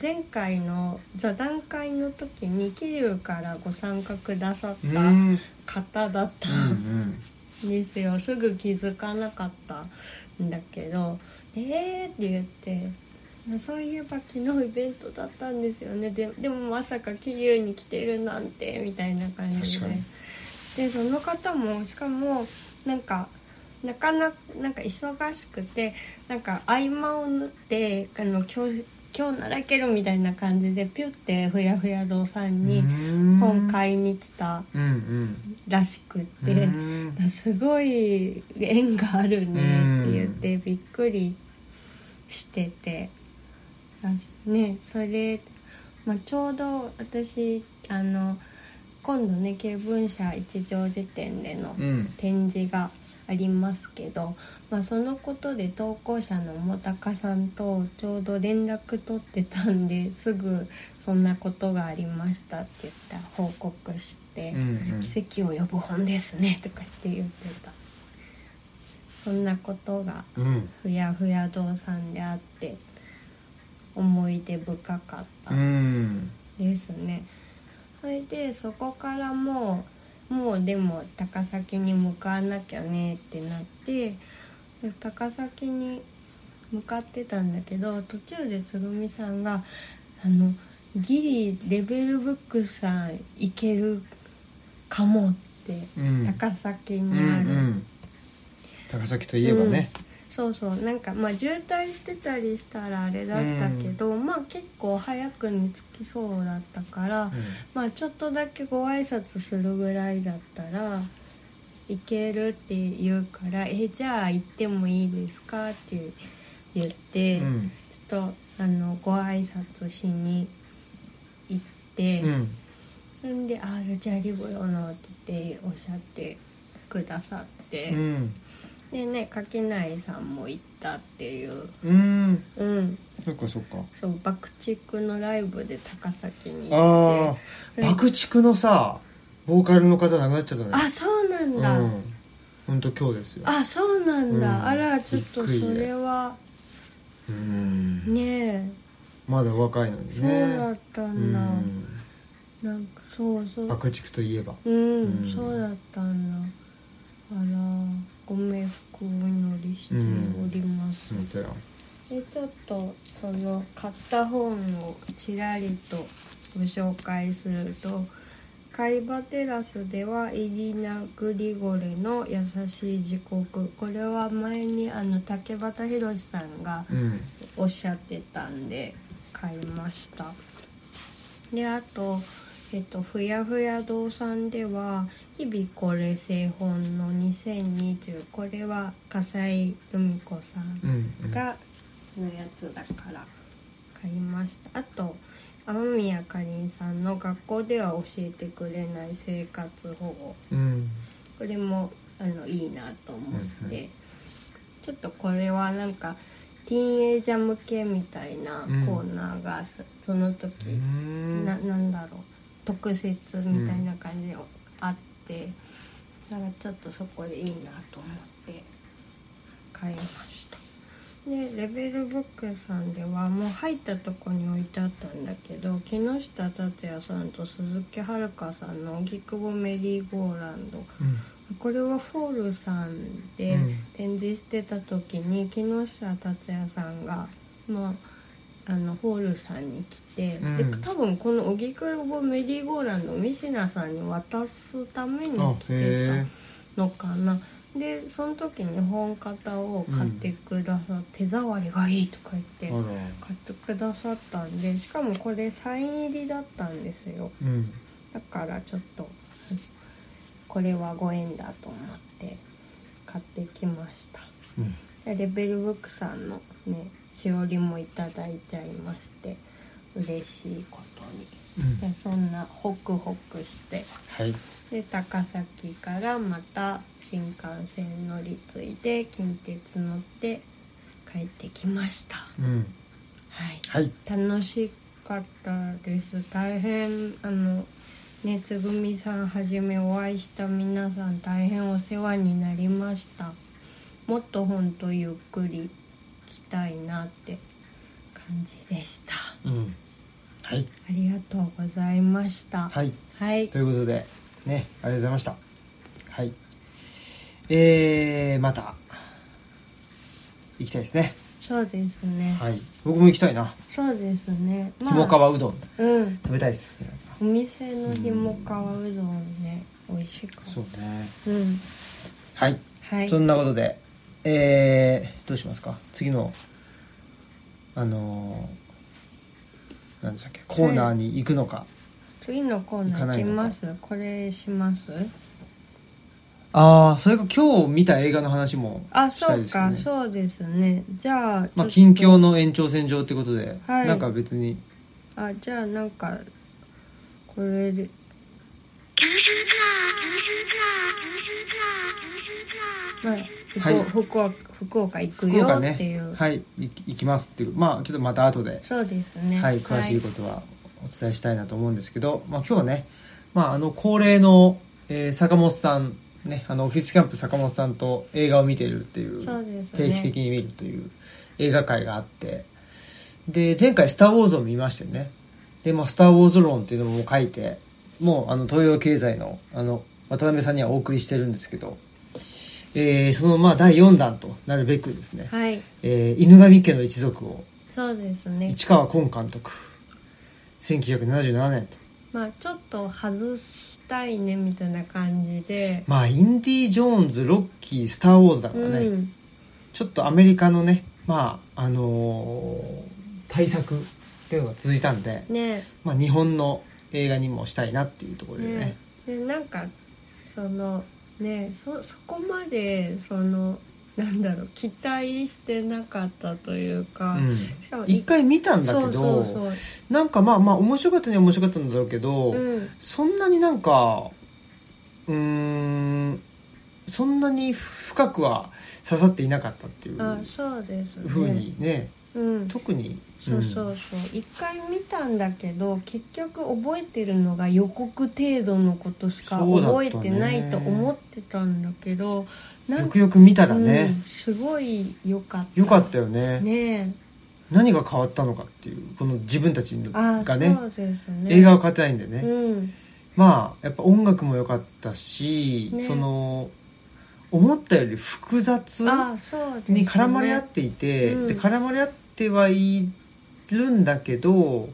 前回の座談会の時に桐生からご参加くださっ
うんう
た
ん
方だった
うん
んですよ、すぐ気づかなかったんだけど「えー」って言って。そういえば昨日イベントだったんですよねででもまさか桐生に来てるなんてみたいな感
確
じで
かに
でその方もしかもなんかなかなかなんか忙しくてなんか合間を縫ってあの今日今日ならけるみたいな感じでピュってふやふや堂さんに
うん
本買いに来た
うんうん
らしくて、
うん
すごい縁があるねって言ってびっくりしてて、あねそれ、まあ、ちょうど私あの今度ね旧文社一条辞典での
うん
展示がありますけど、まあ、そのことで投稿者のもたかさんとちょうど連絡取ってたんですぐ「そんなことがありました」って言った報告して。
うんうん
奇跡を呼ぶ本ですね」とかって言ってたそんなことが
うん
ふやふや堂さんであって思い出深かった
うん
ですね、それでそこからもうもうでも高崎に向かわなきゃねってなって高崎に向かってたんだけど途中でつぐみさんが「あのギリレベルブックさん行けるかも」って、
うん
高崎
うんう
にある、
ん高崎といえばね
そうそうなんかまあ渋滞してたりしたらあれだったけど、まあ結構早くに着きそうだったから、まあちょっとだけご挨拶するぐらいだったら行けるって言うから「えじゃあ行ってもいいですか?」って言って、
う
ち
ん
ょっとあのご挨拶しに行って。
うん
んで「あルチャリブロの」っておっしゃってくださって、
うん
でね垣内さんも行ったっていう
うん
うん
そっかそっか
そう爆竹のライブで高崎に行
あ
って
あ爆竹のさボーカルの方亡くなっちゃったね
あそうなんだ、
うん本当今日ですよ
あそうなんだ、
うん
あらちょっと
びっくり
そ
で
れは
うん
ね
まだお若いの
え
に
そう
ね
だった
うん
だ、
ん
なんかそうそう
爆竹といえば
うん、
うん
そうだったんだあらご冥福をお祈りしております、
本当よ
でちょっとその買った本をちらりとご紹介すると「海馬テラス」ではイリナ・グリゴルの「優しい時刻」これは前にあの竹俣宏さんが
うん
おっしゃってたんで買いましたであとえっと、ふやふや堂さんでは「日々これ製本の2020」これは笠井由美子さん
うんうん
がのやつだから買いましたあと雨宮かりんさんの「学校では教えてくれない生活保護
うん」
これもあのいいなと思って、
うんう
ちょっとこれはなんかティーンエイジャー向けみたいなコーナーがすその時、
うん
ななんだろう特設みたいな感じであって、なんかちょっとそこでいいなと思って買いましたでレベルブックさんではもう入ったとこに置いてあったんだけど木下達也さんと鈴木遥さんの「荻窪メリーゴーランド」
うん
これはフォールさんで
うん
展示してた時に木下達也さんが、まあ、あのフォールさんに来て、
うん
で多分この荻窪メリーゴーランドを三品さんに渡すために
あ
来て
へ
たのかな。でその時に本型を買ってくださって、手触りがいいとか言って
えあら
買ってくださったんでしかもこれサイン入りだったんですよ。
うん
だからちょっとこれはご縁だと思って買ってきました
うん
レベルブックさんのねしおりもいただいちゃいまして嬉しいことに
うん
でそんなホクホクして
はい
で高崎からまた新幹線乗り継いで近鉄乗って帰ってきました
うん
はい
はい
楽しかったです大変あのねつぐみさんはじめお会いした皆さん大変お世話になりましたもっとほんとゆっくり来たいなって感じでしたあ
うんはい
りがとうございました、
はいい
はい
ということでねありがとうございましたはいえー、また行きたいですね
そうですね、
はい僕も行きたいな
そうですね
ひもかわうどん
うん
食べたいですね
お店のひもかわうどんね美味しかった
そうね
うん
はい、
はい
そんなことでえー、どうしますか次のあのー、なんでしたっけコーナーに行くのか、
次のコー
行
ナ
か
ー
ない
行き
のか
ますこれします
ああそれか今日見た映画の話も
あ
し
そ
た
う
いですよ
か、
ね
そうですねじゃあ
まあ、
ち
近
ょっと
況の延長線上ってことで、
はい
なんか別に
あじゃあなんかこれでまあ、福
はい
福岡福岡行く
福
よ
岡
ってい
ね
う、
はい行き行きますっていうまあちょっとまた後で、
そうですね
はい、詳しいことはお伝えしたいなと思うんですけど、まあ、今日はね、まあ、あの恒例の、えー坂本さん、ね、あのオフィスキャンプ坂本さんと映画を見てるっていう
そうですね
定期的に見るという映画会があってで前回「スター・ウォーズ」を見ましてねで、まあ「スター・ウォーズ論」っていうのも書いてもうあの東洋経済のあの渡辺さんにはお送りしてるんですけど、えーそのまあ第4弾となるべくですね、
はい
えー犬神家の一族を
そうですね
市川崑監督1977年と
まあちょっと外したいねみたいな感じで、
まあインディ・ジョーンズロッキースター・ウォーズだからね、
うん
ちょっとアメリカのねまああのー対策っていうのが続いたんで、
ね
まあ、日本の映画にもしたいなっていうところでね
ねでなんかそのねそそこまでそのなんだろう期待してなかったというか、
うん
しかも
一回見たんだけ
そ
ど
うそうそう
なんかまあまあ面白かったには面白かったんだろうけど、
うん
そんなになんかうーんそんなに深くは刺さっていなかったっていう
あそうですね
ふうにね
うん
特に
そうそうそう一回見たんだけど結局覚えてるのが予告程度のことしか
そうだったね
覚えてないと思ってたんだけど
うん
な
よ
ん
くよく見たら
うん
ね、
すごい良かった
よかったよね
ね
何が変わったのかっていうこの自分たち
えあ
がね
そうですね
映画を買ってないんでね、
うん
まあやっぱ音楽も良かったし、
ね
その思ったより複雑
あそうですね
に絡まれ合っていて、
うん
で絡まれ合ってはいるんだけど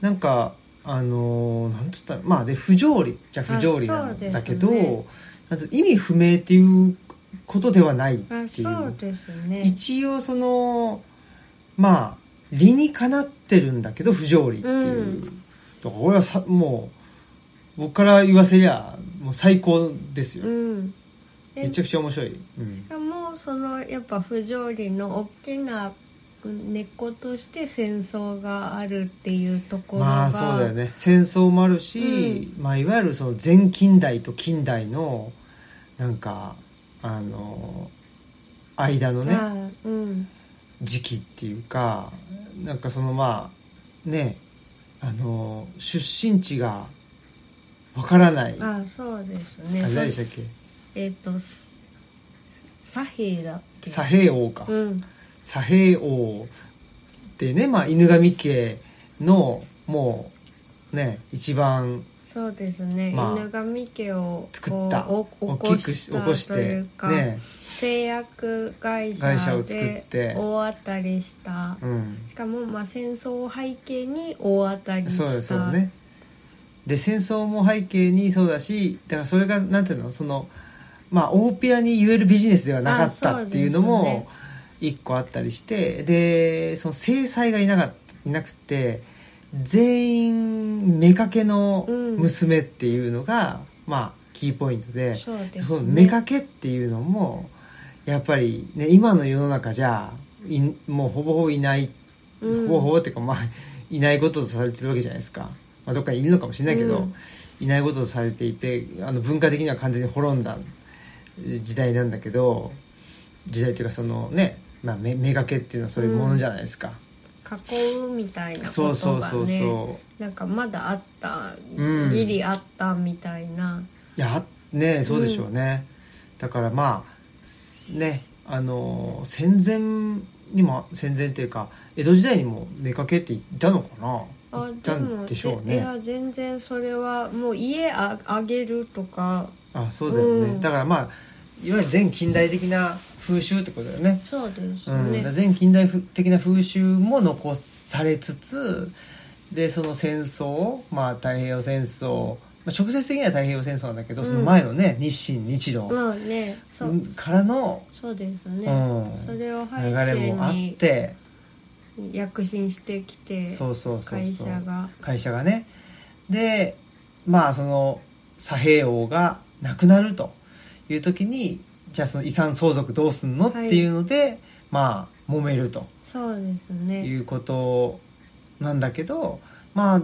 なんかあのーなんつったらまあで不条理じゃ不条理な
あそうんですね
だけど、なんつ意味不明っていうことではないっ
あ
ていう
そうですね
一応そのまあ理にかなってるんだけど不条理っていう、
うん
だからこれはさもう僕から言わせりゃもう最高ですよ、
うんで
めちゃくちゃ面白い、うん
しかもそのやっぱ不条理の大きな根っことして戦争があるっていうところが、
まあそうだよね戦争もあるし、まあ、いわゆるその前近代と近代のなんかあの間のね
ああうん
時期っていうかなんかそのまあねあの出身地がわからないあ
ああそうですね
れ
そ
誰でしたっけ
えっ、とす左平だっけ
左平王か、
うん
左平王でね、まあ、犬神家のもうね一番
そうですね、
まあ
犬神家を
作った
こうお
大き
起こ
く
し
した起こし
とい
て
うか、
ね
製薬会社
会社を作っ
で
て
大当たりした、
うん
しかもまあ戦争を背景に大当たりした
そうですそうねで戦争も背景にそうだしだからそれがなんていうのそのまあ大ピアに言えるビジネスではなかっ
あ
た
そう
っ
です
ていうの
よね
も一個あったりしてでその制裁がいなかっいなくて全員妾の娘っていうのが、まあキーポイントで
そうですね
その妾っていうのもやっぱり、ね、今の世の中じゃいもうほぼほぼいない
うん
ほぼほぼっていうかまあいないこととされてるわけじゃないですか、まあ、どっかにいるのかもしれないけど、
うん
いないこととされていてあの文化的には完全に滅んだ時代なんだけど時代っていうかそのね、まあ、め妾っていうのはそういうものじゃないですか、
囲うみたいな
そ
こ
うそ
と
う
が
そうそう、
ねなんかまだあった、
うん
ギリあったみたいない
やねそうでしょうね、だからまあすねあの戦前にも戦前っていうか江戸時代にも出かけていたのかな
あ
いた
で
ん
も
でしょう
い
ね
や全然それはもう家ああげるとか
あそうだよね、
うん
だからまあいわゆる全近代的な風習ってことだよね
そうです
う
よ
ん、
ね、
全近代的な風習も残されつつでその戦争、まあ、太平洋戦争、まあ、直接的には太平洋戦争なんだけど、
うん
その前のね日清日露
まあねそう、
からの、
そうですね、
うん
それを
流れ
背景
もあっ
に
て
躍進してきて
そうそうそうそう
会社が
会社がねでまあその左平王が亡くなるという時にじゃあその遺産相続どうすんの、
はい
っていうのでまあ揉めると
そうです
い
ね
うことなんだけどまあ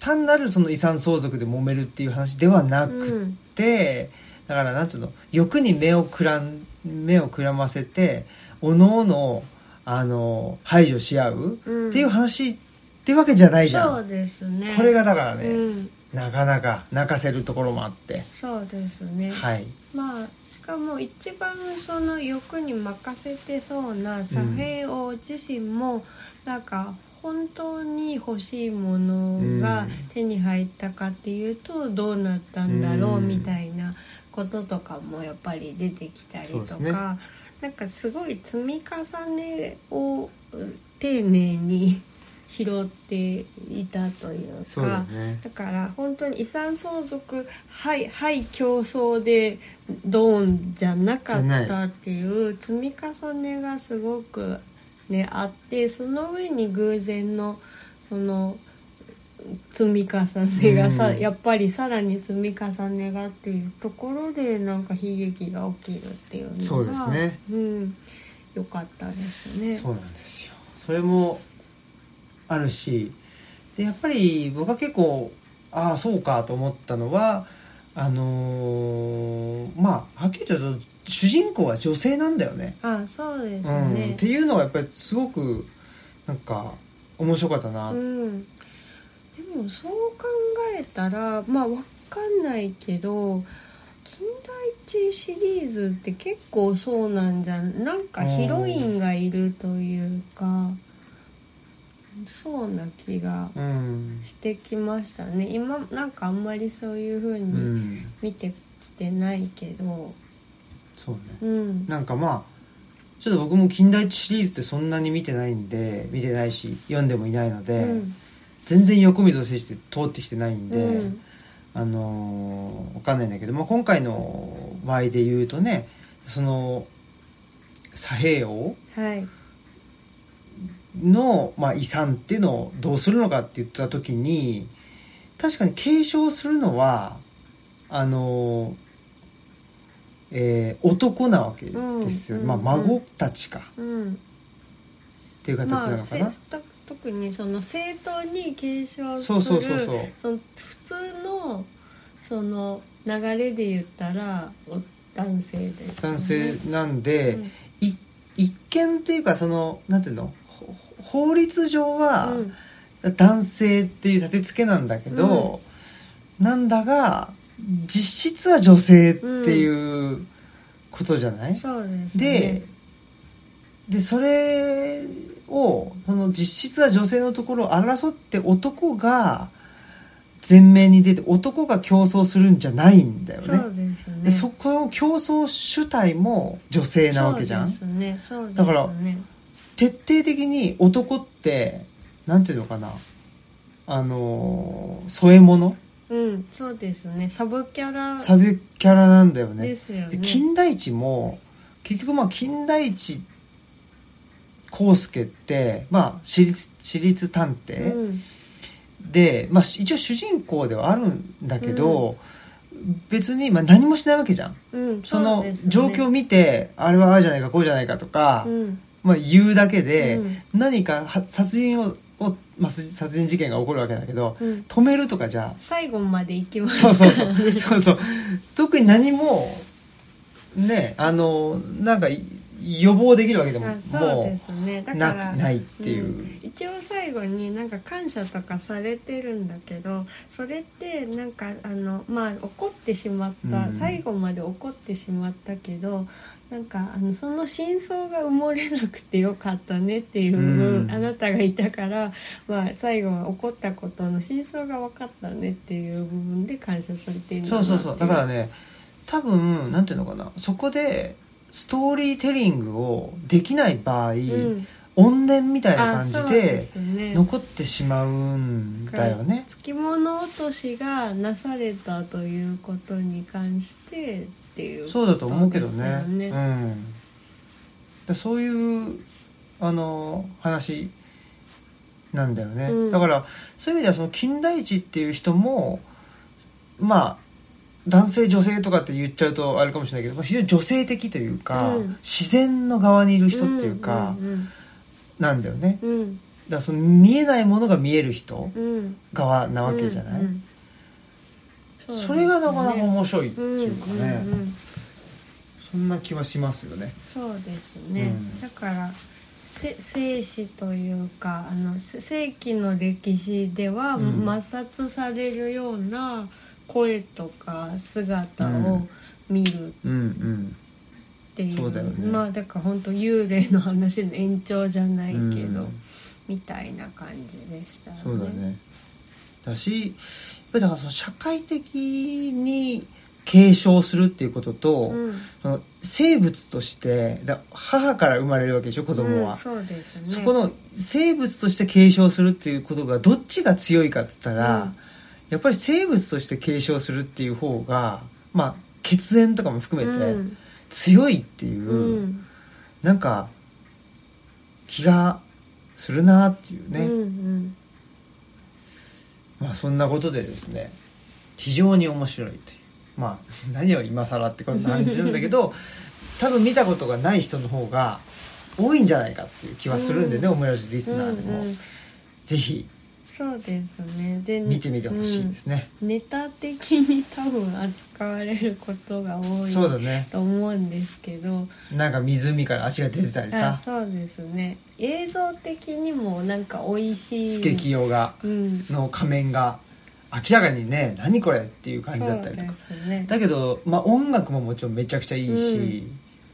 単なるその遺産相続で揉めるっていう話ではなく
うん
て、だからなんていうの欲に目をくらん目をくらませておのおのあの排除し合う
うん、
っていう話ってわけじゃないじゃん、
そうですね
これがだからね、
うん、
なかなか泣かせるところもあって、
そうですね、
はい
まあしかも一番その欲に任せてそうな左平王自身も、なんか本当に欲しいもの
う
が
ん
手に入ったかっていうとどうなったんだろう
うん
みたいなこととかもやっぱり出てきたりと
そ
か、
うですね
なんかすごい積み重ねを丁寧に拾っていたという
そうだ
か。
ね
だから本当に遺産相続はいはい競争でドーンじゃなかったっていう積み重ねがすごくねあってその上に偶然のその積み重ねがさ、
うん
やっぱりさらに積み重ねがっていうところでなんか悲劇が起きるっていうのが
そうですね
うん、よかったですね。
そうなんですよそれもあるしでやっぱり僕は結構ああそうかと思ったのはあのーまあはっきり言うと主人公は女性なんだよね。
あそうです
うん、っ
ね
て。いうのがやっぱりすごくなんか面白かったな、
うん、でもそう考えたらまあわかんないけど近代一シリーズって結構そうなんじゃんなんかヒロインがいるというかそうな気が
うん
してきましたね今なんかあんまりそういう風
う
に
ん、
見てきてないけど
そうね
うん
なんかまあちょっと僕も近代一シリーズってそんなに見てないんで見てないし読んでもいないの
う
で、
ん
全然横溝選手って通ってきてないんで、
うん
あのーわかんないんだけど、まあ、今回の場合で言うとねその左平王
はい
の、まあ、遺産っていうのをどうするのかって言った時に確かに継承するのはあのーえー男なわけですよ、
うん
まあ、
うん
孫たちか
うん
っていう形なのかな、
まあせと特にその正当に継承する
そうそうそうそう
その普通のその流れで言ったらお男性です、ね、
男性なんで、い一見っていうかそのなんていうのほ法律上は
うんうん
男性っていう立て付けなんだけど、なんだが実質は女性っていうことじゃない、
そうです
で
ね
でそれをその実質は女性のところを争って男が前面に出て男が競争するんじゃないんだよ
そう
ね。
ですね
でそこの競争主体も女性なわけじゃん。
そうですねそうですね
だから徹底的に男ってなんていうのかなあのー添え物
うんそうですねサブキャラ
サブキャラなんだよね
ですよ
で
ね
金田一も結局まあ金田一康介ってまあ私立私立探偵、
うん
で、まあ、一応主人公ではあるんだけど、別にまあ何もしないわけじゃん
うん
そうの
ですね
状況を見て、あれはああじゃないかこうじゃないかとか、
うん
まあ、言うだけで、
うん
何かは殺人をを、まあ、す殺人事件が起こるわけだけど
うん
止めるとかじゃ
最後まで行きます
そうそうそう
からね
そうそう特に何もねあのなんかい予防できるわけでも
あそう
も
ですねだ
うな
から
ないっていう、
ん一応最後になんか感謝とかされてるんだけどそれってなんかあのまあ怒ってしまった、
うん
最後まで怒ってしまったけどなんかあのその真相が埋もれなくてよかったねっていう、
うん
あなたがいたから、まあ、最後は怒ったことの真相が分かったねっていう部分で感謝されてるん
そ
な
うそうそうだから
ね
ね多分なんていうのかなそこでストーリーテリングをできない場合、
うん、
怨念みたいな感
あ
じ
そう
です
ね
残ってしまうんだよね
つきもの落としがなされたということに関してっていう
そうだと思うけど
そう
ね
ですよね
うんだそういうあの話なんだよね、
うん
だからそういう意味ではその金田一っていう人もまあ男性女性とかって言っちゃうとあれかもしれないけどまあ非常に女性的というか、
うん
自然の側にいる人っていうか、
うん
なんだよね
うん
だからその見えないものが見える人
うん
側なわけじゃない、
うんうんうです
それがなかなか面白いって
うん
いうかね、
うんうん
そんな気はしますよね
そうですね、
うん
だからせ生死というかあのせ世紀の歴史では
うん
摩擦されるような声とか姿
う
を
ん
見る
うんうん
っていう
そうだよね
まあだから本当幽霊の話の延長じゃないけど、
うん
みたいな感じでしたね。
そうだねだしやっぱりだからその社会的に継承するっていうことと、
うん、
その生物としてだ母から生まれるわけでしょ子供
うん
は、
そうですね。
そこの生物として継承するっていうことがどっちが強いかっつったら、
うん
やっぱり生物として継承するっていう方がまあ血縁とかも含
う
めて
ん
強いっていう、
うん
なんか気がするなっていうね、
うんうん
まあそんなことでですね非常に面白いというまあ 何を今更ってこんな感じなんだけど 多分見たことがない人の方が多いんじゃないかっていう気はするんでね、
う
オムラジリスナーでも、
うんうん
ぜひ
そうですね。で
見てみてほしいですね、
うんネタ的に多分扱われることが多い
そうだね
と思うんですけど、
なんか湖から足が出てたり
あ
さ
そうですね。映像的にもなんか美味しい。
スケキヨが
うん。
の仮面が明らかにね何これっていう感じだったりとか
そうですね。
だけど、まあ、音楽ももちろんめちゃくちゃいいし、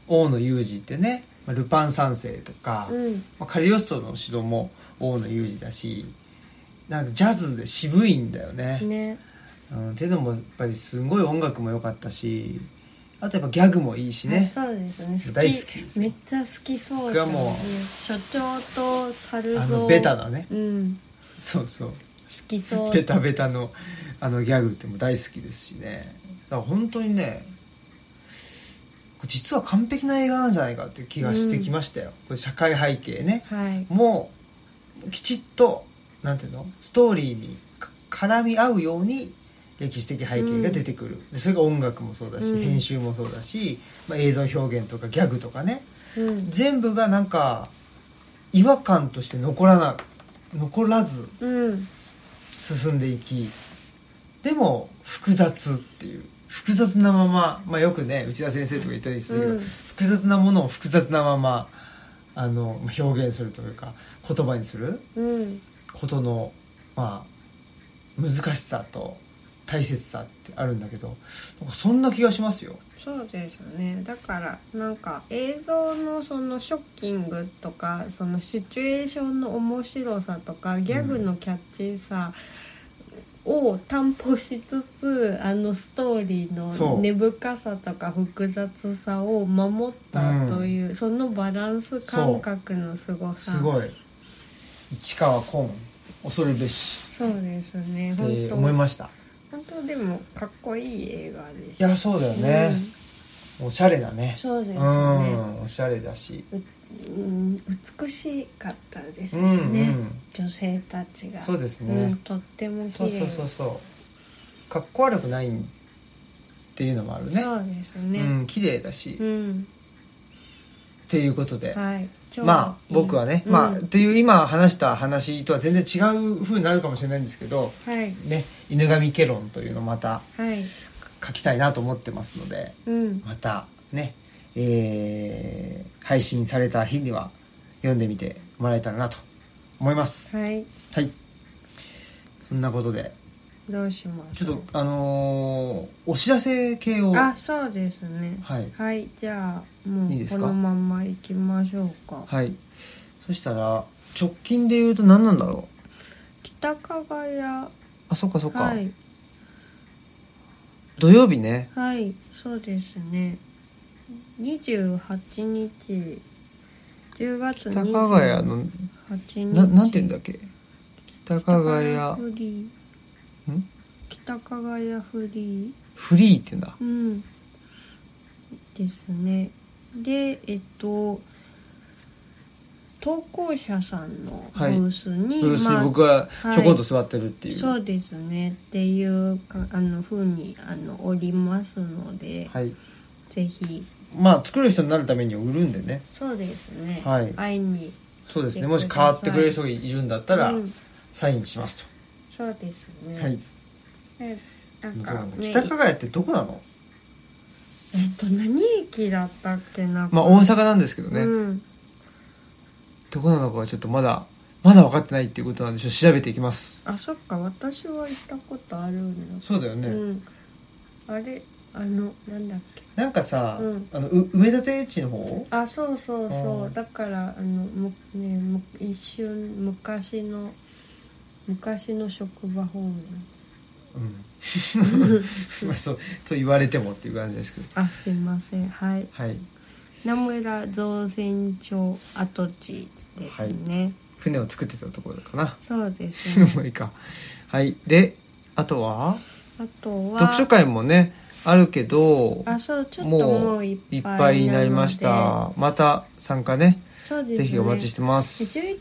大野裕二ってね「まあルパン三世」とか、
うん
まあ、カリオストロの指導も大野裕二だしなんかジャズで渋いんだよね、
ね。
うん、っていうのもやっぱりすごい音楽も良かったしあとやっぱギャグもいいし
あ
ね
そうですね好き
大好きですよ
めっちゃ好きそう
僕はもう
所長と猿
あ
蔵
のベタだね
うん
そうそう
好きそう
ベタベタのあのギャグっても大好きですしねだから本当にねこれ実は完璧な映画なんじゃないかっていう気がしてきましたよ、これ社会背景ね
はい
もうきちっとなんていうのストーリーにか絡み合うように歴史的背景が出てくる、でそれが音楽もそうだし、
うん
編集もそうだし、まあ、映像表現とかギャグとかね
うん
全部がなんか違和感として残らな残らず
うん
進んでいきでも複雑っていう複雑なまま、まあ、よくね内田先生とか言ったりするけど、
うん
複雑なものを複雑なままあの表現するというか言葉にする
うん
ことの、まあ、難しさと大切さってあるんだけどなんかそんな気がしますよ。
そうですねだからなんか映像のそのショッキングとかそのシチュエーションの面白さとかギャグのキャッチーさを担保しつつあのストーリー
そ
の
う
根深さとか複雑さを守ったという、そのバランス感覚のすごさ
すごい市川崑恐るべし
そうですね
っ
本
て
当、
思いました
本当でもかっこいい映画でし
い
た
やそうだよね、おしゃれだね
うんそうです
う
ね、
んおしゃれだし
うつうん美しかったですし
う
ね、
んうん
女性たちが
そうですね
んとっても綺
そう
麗
そうそうそうかっこ悪くないっていうのもあるね
そうですね
うん綺麗だし、
う
っ
ん、
ていうことで、
はい超
まあ
いい
僕はね、
うん
まあっていう今話した話とは全然違う風になるかもしれないんですけど
はい
ね犬神ケロンというのをまた
はい
書きたいなと思ってますので
うん
またねえー配信された日には読んでみてもらえたらなと思います。
はい
はい。そんなことで、
どうします
ちょっと、あのーお知らせ系を、
あそうですね
はい
じゃあも
いいうで
い
す
こ
か
のまま行きましょうか
はい。そしたら、直近で言うと何なんだろう
北加賀屋
あ、そっかそっか。
はい
土曜日ね。
はいそうですね28日10月
北加賀屋の、
28日
ななんて言うんだっけ北加賀
屋
屋、
フリ
ん
ー北加賀屋フリ
フリーって言うんだ。
ーうんですねでえっと投稿者さんのブ
はい
ースに、
ブルース
ま
に
あ
僕が
はい
ちょこんと座ってるっていう。
そ
は
うですねっていうかあの風にあのおりますので、
い。
ぜひ
まあ、作る人になるためには売るんでね。
そうですね、
はい
会いに
そうですね。
来て
もし
くだ
変わ
さい
ってくれる人がいるんだったら
う、ん
サインします
そうです
と。
ね
はい。
えなん
どう
か
なの、
ね、
北加賀屋ってどこなの
えっと何駅だったっけな
まあ、大阪なんですけどね。
うん
どこなのかはちょっとまだ、まだ分かってないっていうことなんで、ちょっと調べていきます。
あそっか私は行ったことあるんだ、
そうだよね。
うんあれあのなんだっけ
なんかさ、
うん
あのう埋め立て地の方
あそうそうそ
あー
うだからあのむ、ね、む一瞬昔の昔の職場方面
うんまあそうと言われてもっていう感じですけど
あすいませんはい
はい
名村造船所跡地ですね、
船を作ってたところかな
そうで すね
無理かはいであとは
あとは
読書会もねあるけど
あそうちょっとも
も
う
う
いっぱい
いっぱいになりましたまた参加ね
そうですね
ぜひお待ちしてます
11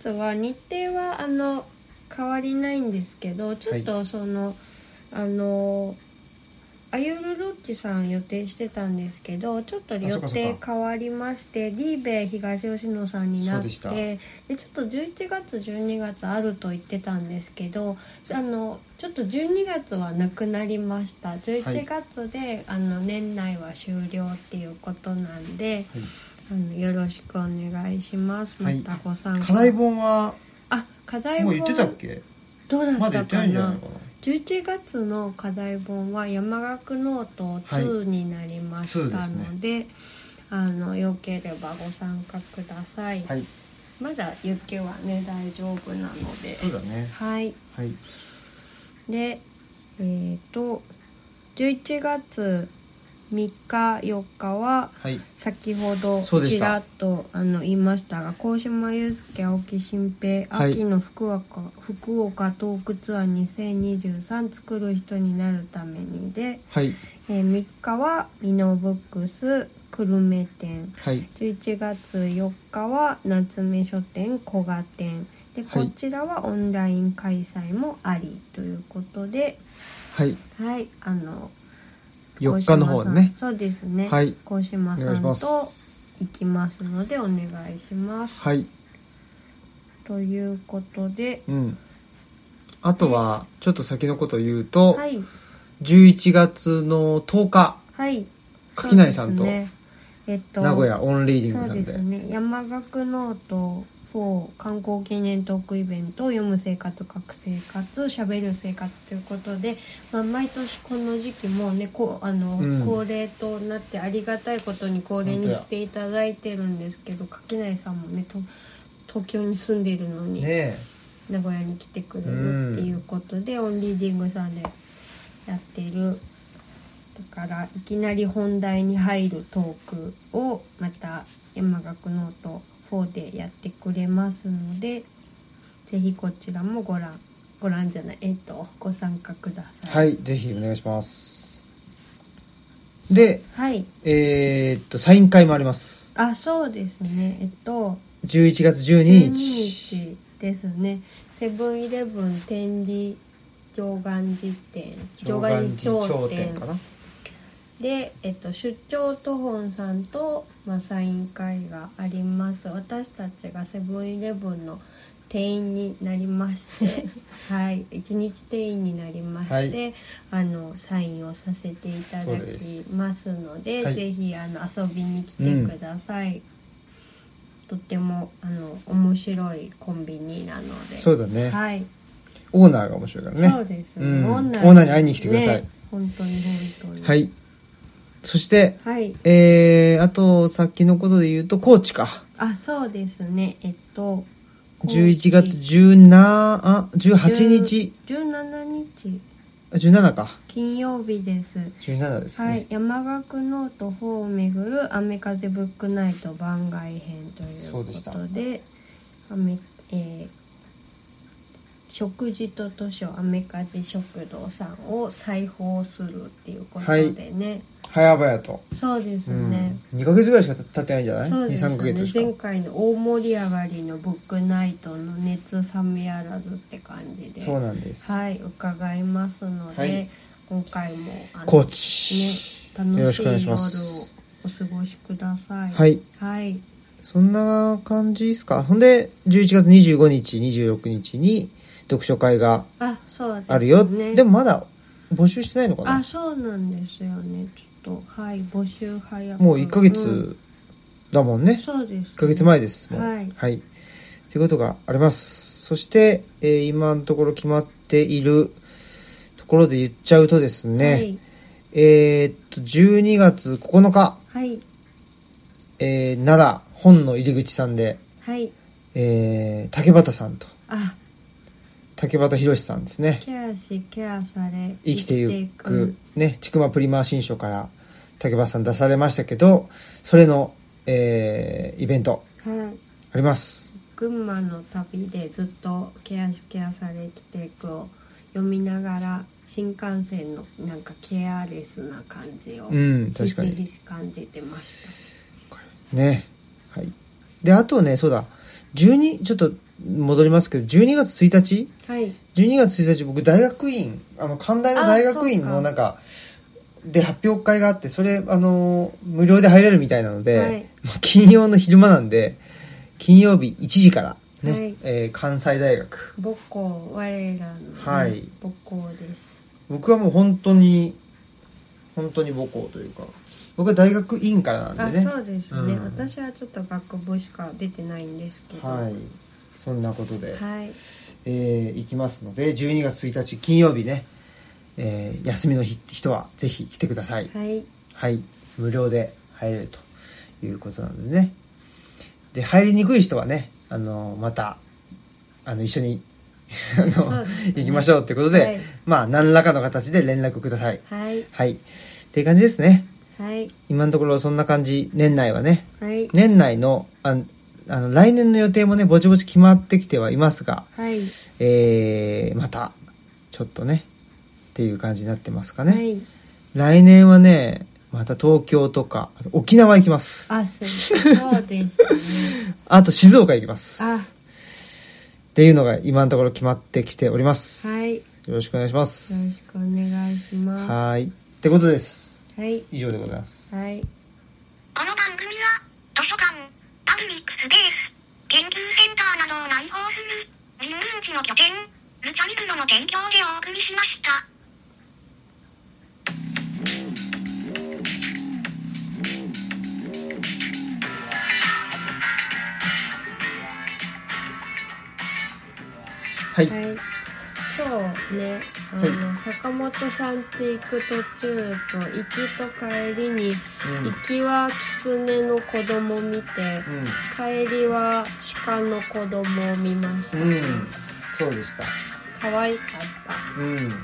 月は日程はあの変わりないんですけどちょっとその、あのアユルロッチさん予定してたんですけどちょっと
あそ
予
っかそっか
定変わりましてリーベ東吉野さんになっ
そう
て
で
でちょっと11月12月あると言ってたんですけどあのちょっと12月はなくなりました11月で、あの年内は終了っていうことなんで。
はい
あのよろしくお願いします。ま
はい
たご参加。
課題本は
あ課題本
もう言ってたっけ
どうだ
ま
っ
だ言っ
た
てな
か
いんじゃない
な
の。か
11月の課題本は山岳ノート
はい
2になりまし
2で
た
すね
ので、あのよければご参加ください。
なはい
まだ雪はね大丈夫なので。
そうだね
はい。
はい
でえっ、と11月3日4日は
はい
先ほど
そうでし
ち
た
らっとあの言いましたが鴻島祐介青木新平
はい
秋の福岡,、福岡トークツアー2023作る人になるためにで、
はい
えー3日はミノブックス久留米店
はい
11月4日は夏目書店古賀店で
は
こ
い
ちらはオンライン開催もありということで
はい
はいあの
4日の方ね
鴻島さんそうですね
はい
鴻島
お願い
さ
し
ん
ま
と
す
行きますのでお願いします。
はい
ということで、
うんあとはちょっと先のことを言うと、
はい、
11月の10日
はい。
垣内さんと
そうですねえっと、
名古屋オンリーディング
そ
さ
うんで
です
ね。山岳ノート4観光記念トークイベント読む生活書く生活しゃべる生活ということで、まあ、毎年この時期もねこうあの、
うん
恒例となってありがたいことに恒例にしていただいてるんですけど垣内さんもねと東京に住んでいるのに、
ね
名古屋に来てくれるっていうことで、オンリーディングさんでやってるだからいきなり本題に入るトークをまた山岳ノート4でやってくれますのでぜひこちらもご覧ご覧じゃないえっとご参加くだ
え
さ。
はいいぜひお願いしますで
はい、
えーっとサイン会もあります
あそうですねえっと
11月12
12
日
日ですねセブンイレブン天理上岸寺店
上岸寺頂点かな
で、えっと、出張と本さんと、まあ、サイン会があります私たちがセブンイレブンの店員になりまして はい一日店員になりまして、
はい
あのサインをさせていただ
そうで
き
す
ますので
はい
ぜひあの遊びに来
う
て
ん
ください、とってもあの面白いコンビニなので
そうだね
はい
オーナーが面白いからね
そうですね、
うん
オ
オ
ーナー
ーナーに会いに来てください、
ね本当に本当に
はいそして
はい
えー、あと先のことで言うと高知か
あそうですねえっと
11月17あ18日
17日
あ17か
金曜日です
17ですね、
はい、山岳ノート4をめぐる雨風ブックナイト番外編という
そう
こ
でした
とで雨、えー食事と図書雨風食堂さんを再訪するっていうことでね、
早々と、
そうです
う
ね
ん、、2ヶ月ぐらいしか経ってないんじゃない、
そうです
23ヶ月しか
ね前回の大盛り上がりのブックナイトの熱冷めやらずって感じで
そうなんです、
はい伺いますので、
はい
今回もあの
高知、
ね、
よ
楽
ろ
し
し
い
くお願
夜を
いします
お過ごしください。
はい、
はい、
そんな感じですかほんで11月25日26日に読書会が
あ、そうですね。
あるよ、で
も
もまだ募集してないのか
あ、
な
そうなんですよね。ちょっとはい、募集早く
もう1ヶ
うん
月だもんね、
そうです、ね。
1ヶ月前ですもう
はい
はい、ということがありますそして、えー今のところ決まっているところで言っちゃうとですね、
はい、
えーっと12月9日、
はい、
えー奈良本の入り口さんで、
はい、
えー竹畑さんと
あ、
竹畑宏さんですね
ケアしケアされ
生きていく
く、
ね、ちくまプリマー新書から竹場さん出されましたけど、それの、えーイベント
はい。
あります。
群馬の旅でずっとケアしケアされ生きていくを読みながら新幹線のなんかケアレスな感じを
うん、
ひ
確か
しひ
に。
し感じてました。
ね。はい。で、あとね、そうだ、12、ちょっと戻りますけど、12月1日
はい。
12月1日僕大学院あの関大の大学院
あそ
の
うか
なんかで発表会があってそれあの無料で入れるみたいなので、
はい
もう金曜の昼間なんで金曜日1時から、ね
はい
えー関西大学
母校我らの、
はい
母校です。
僕はもう本当に本当に母校というか僕は大学院からな
あ、
んでね
そうですね、
うん
私はちょっと学部しか出てないんですけど。
はいそんなことで、
はい。
えー行きますので12月1日金曜日ね、えー休みの日人はぜひ来てください
はい。
はい、無料で入れるということなのでね。で、入りにくい人はね、あの、また、あの、一緒に、 あ
そう
の、
ですね
行きましょうってことで、
はい
まあ、何らかの形で連絡ください。
はい。
はい。っていう感じですね。
はい。
今のところそんな感じ、年内はね。
はい。
年内の、ああの、来年の予定もね、ぼちぼち決まってきてはいますが、
はい。
えー、また、ちょっとね、っていう感じになってますかね。
はい。
来年はねまた東京とかあと沖縄行きますあ
あ、そう。そうです ね。
と静岡行きます
あ、よ
っていうのが今のところ決まってきております
はい
よろしくお願いしま
ろし
す
くお願いしま
はーいってことです
す。はい。
以上でございます
はい。
この番組は、図書館、パブリックスペース、研究センターなどを内包する、人文地の拠点、ルチャリブロの提供でお送りしました。
はい
はい。今日ね、あの、坂本さんち行く途中と、行きと帰りに、
うん
行きは狐の子供見て、帰りは鹿の子供を見ました。
うん、うん、そうでした
可愛かっ
うんちっ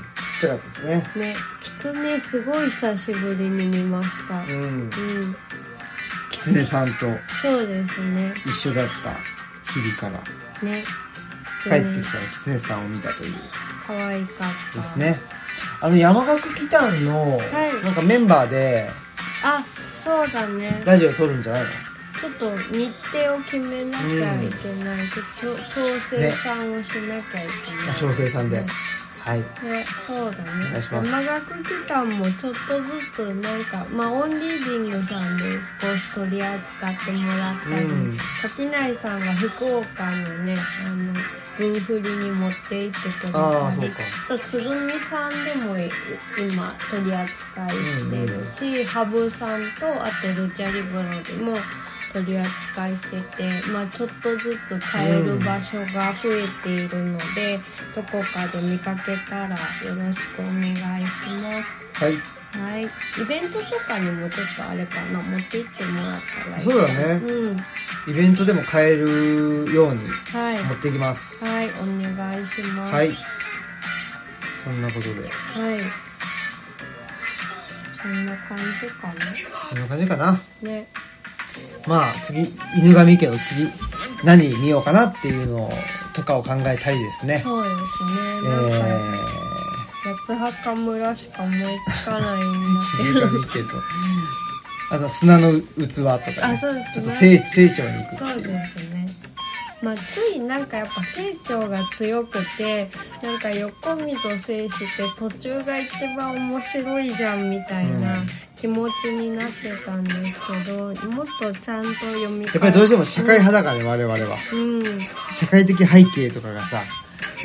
ちゃかったですね
た。ね、狐すごい久しぶりに見ました。う
うん
ん、
狐さんと
そうですね。
一緒だった日々から
ね、
帰って
狐
きたら狐さんを見たという
可愛かった。
です。ねあの山岳祈祷の
い
なんかメンバーで
あ、そうだね。
ラジオ撮るんじゃないの
ちょっと日程を決めなきゃいけない。ちょっと調整さんをしなきゃいけない。
あ調整さんで、
うん
はい
ね、そうだ
お
ね
願いします
山岳期間もちょっとずつなんかまあオンリーディングさんで少し取り扱ってもらったり、
うん
垣内さんが福岡のねあのブーフリに持って行ってくれ
ああ
た
そう
り
か
あとつぐみさんでもい今取り扱いしてるし、ハブさんとあとルチャリブロでも取り扱いしてて、まあ、ちょっとずつ買える場所が増えているので、どこかで見かけたらよろしくお願いします。
はい
はい、イベントとかにもちょっとあれかな持って行ってもらったらいい
そうだね
うん
イベントでも買えるように
はい
持ってきます
はいお願いします
はいそんなことで
はい。そんな感じか
こ
な。
んな感じかな
ね。
まあ次犬神家の次何見ようかなっていうのとかを考えたりですね
そうです
え
ね。なんか、
ー
八墓村しか思いつかない
犬
んだけ
神家
ど。
とあの砂の器とか、ね、
あそうですね
ちょっと成成長に行く
そうですね。まあ、ついなんかやっぱ成長が強くてなんか横溝を制して途中が一番面白いじゃんみたいな気持ちになってたんですけど、もっとちゃんと読み
やっぱりどうしても社会派だからね我々は
うん
社会的背景とかがさ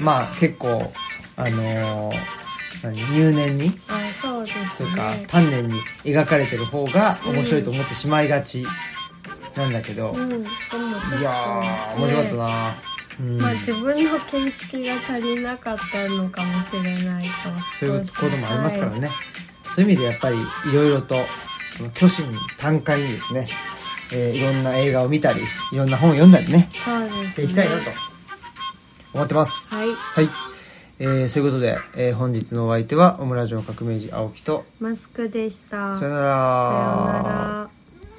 まあ結構あのー何入念に
あそうですね
それか丹念に描かれてる方が面白いと思ってしまいがちなんだけど、
うんでも
いやー面白かったな、うん
まあ自分の見識が足りなかったのかもしれないと
そういうこともありますから
は
ね、そういう意味でやっぱりいろいろとこの虚心坦懐にですね、えーいろんな映画を見たりいろんな本を読んだりね
いそうです、ね、
していきたいなと思ってます
はい
はい、えー、そういうことで、えー本日のお相手はオムラジオ革命児青木と
マスクでした
さよ
さよ
なら
うなら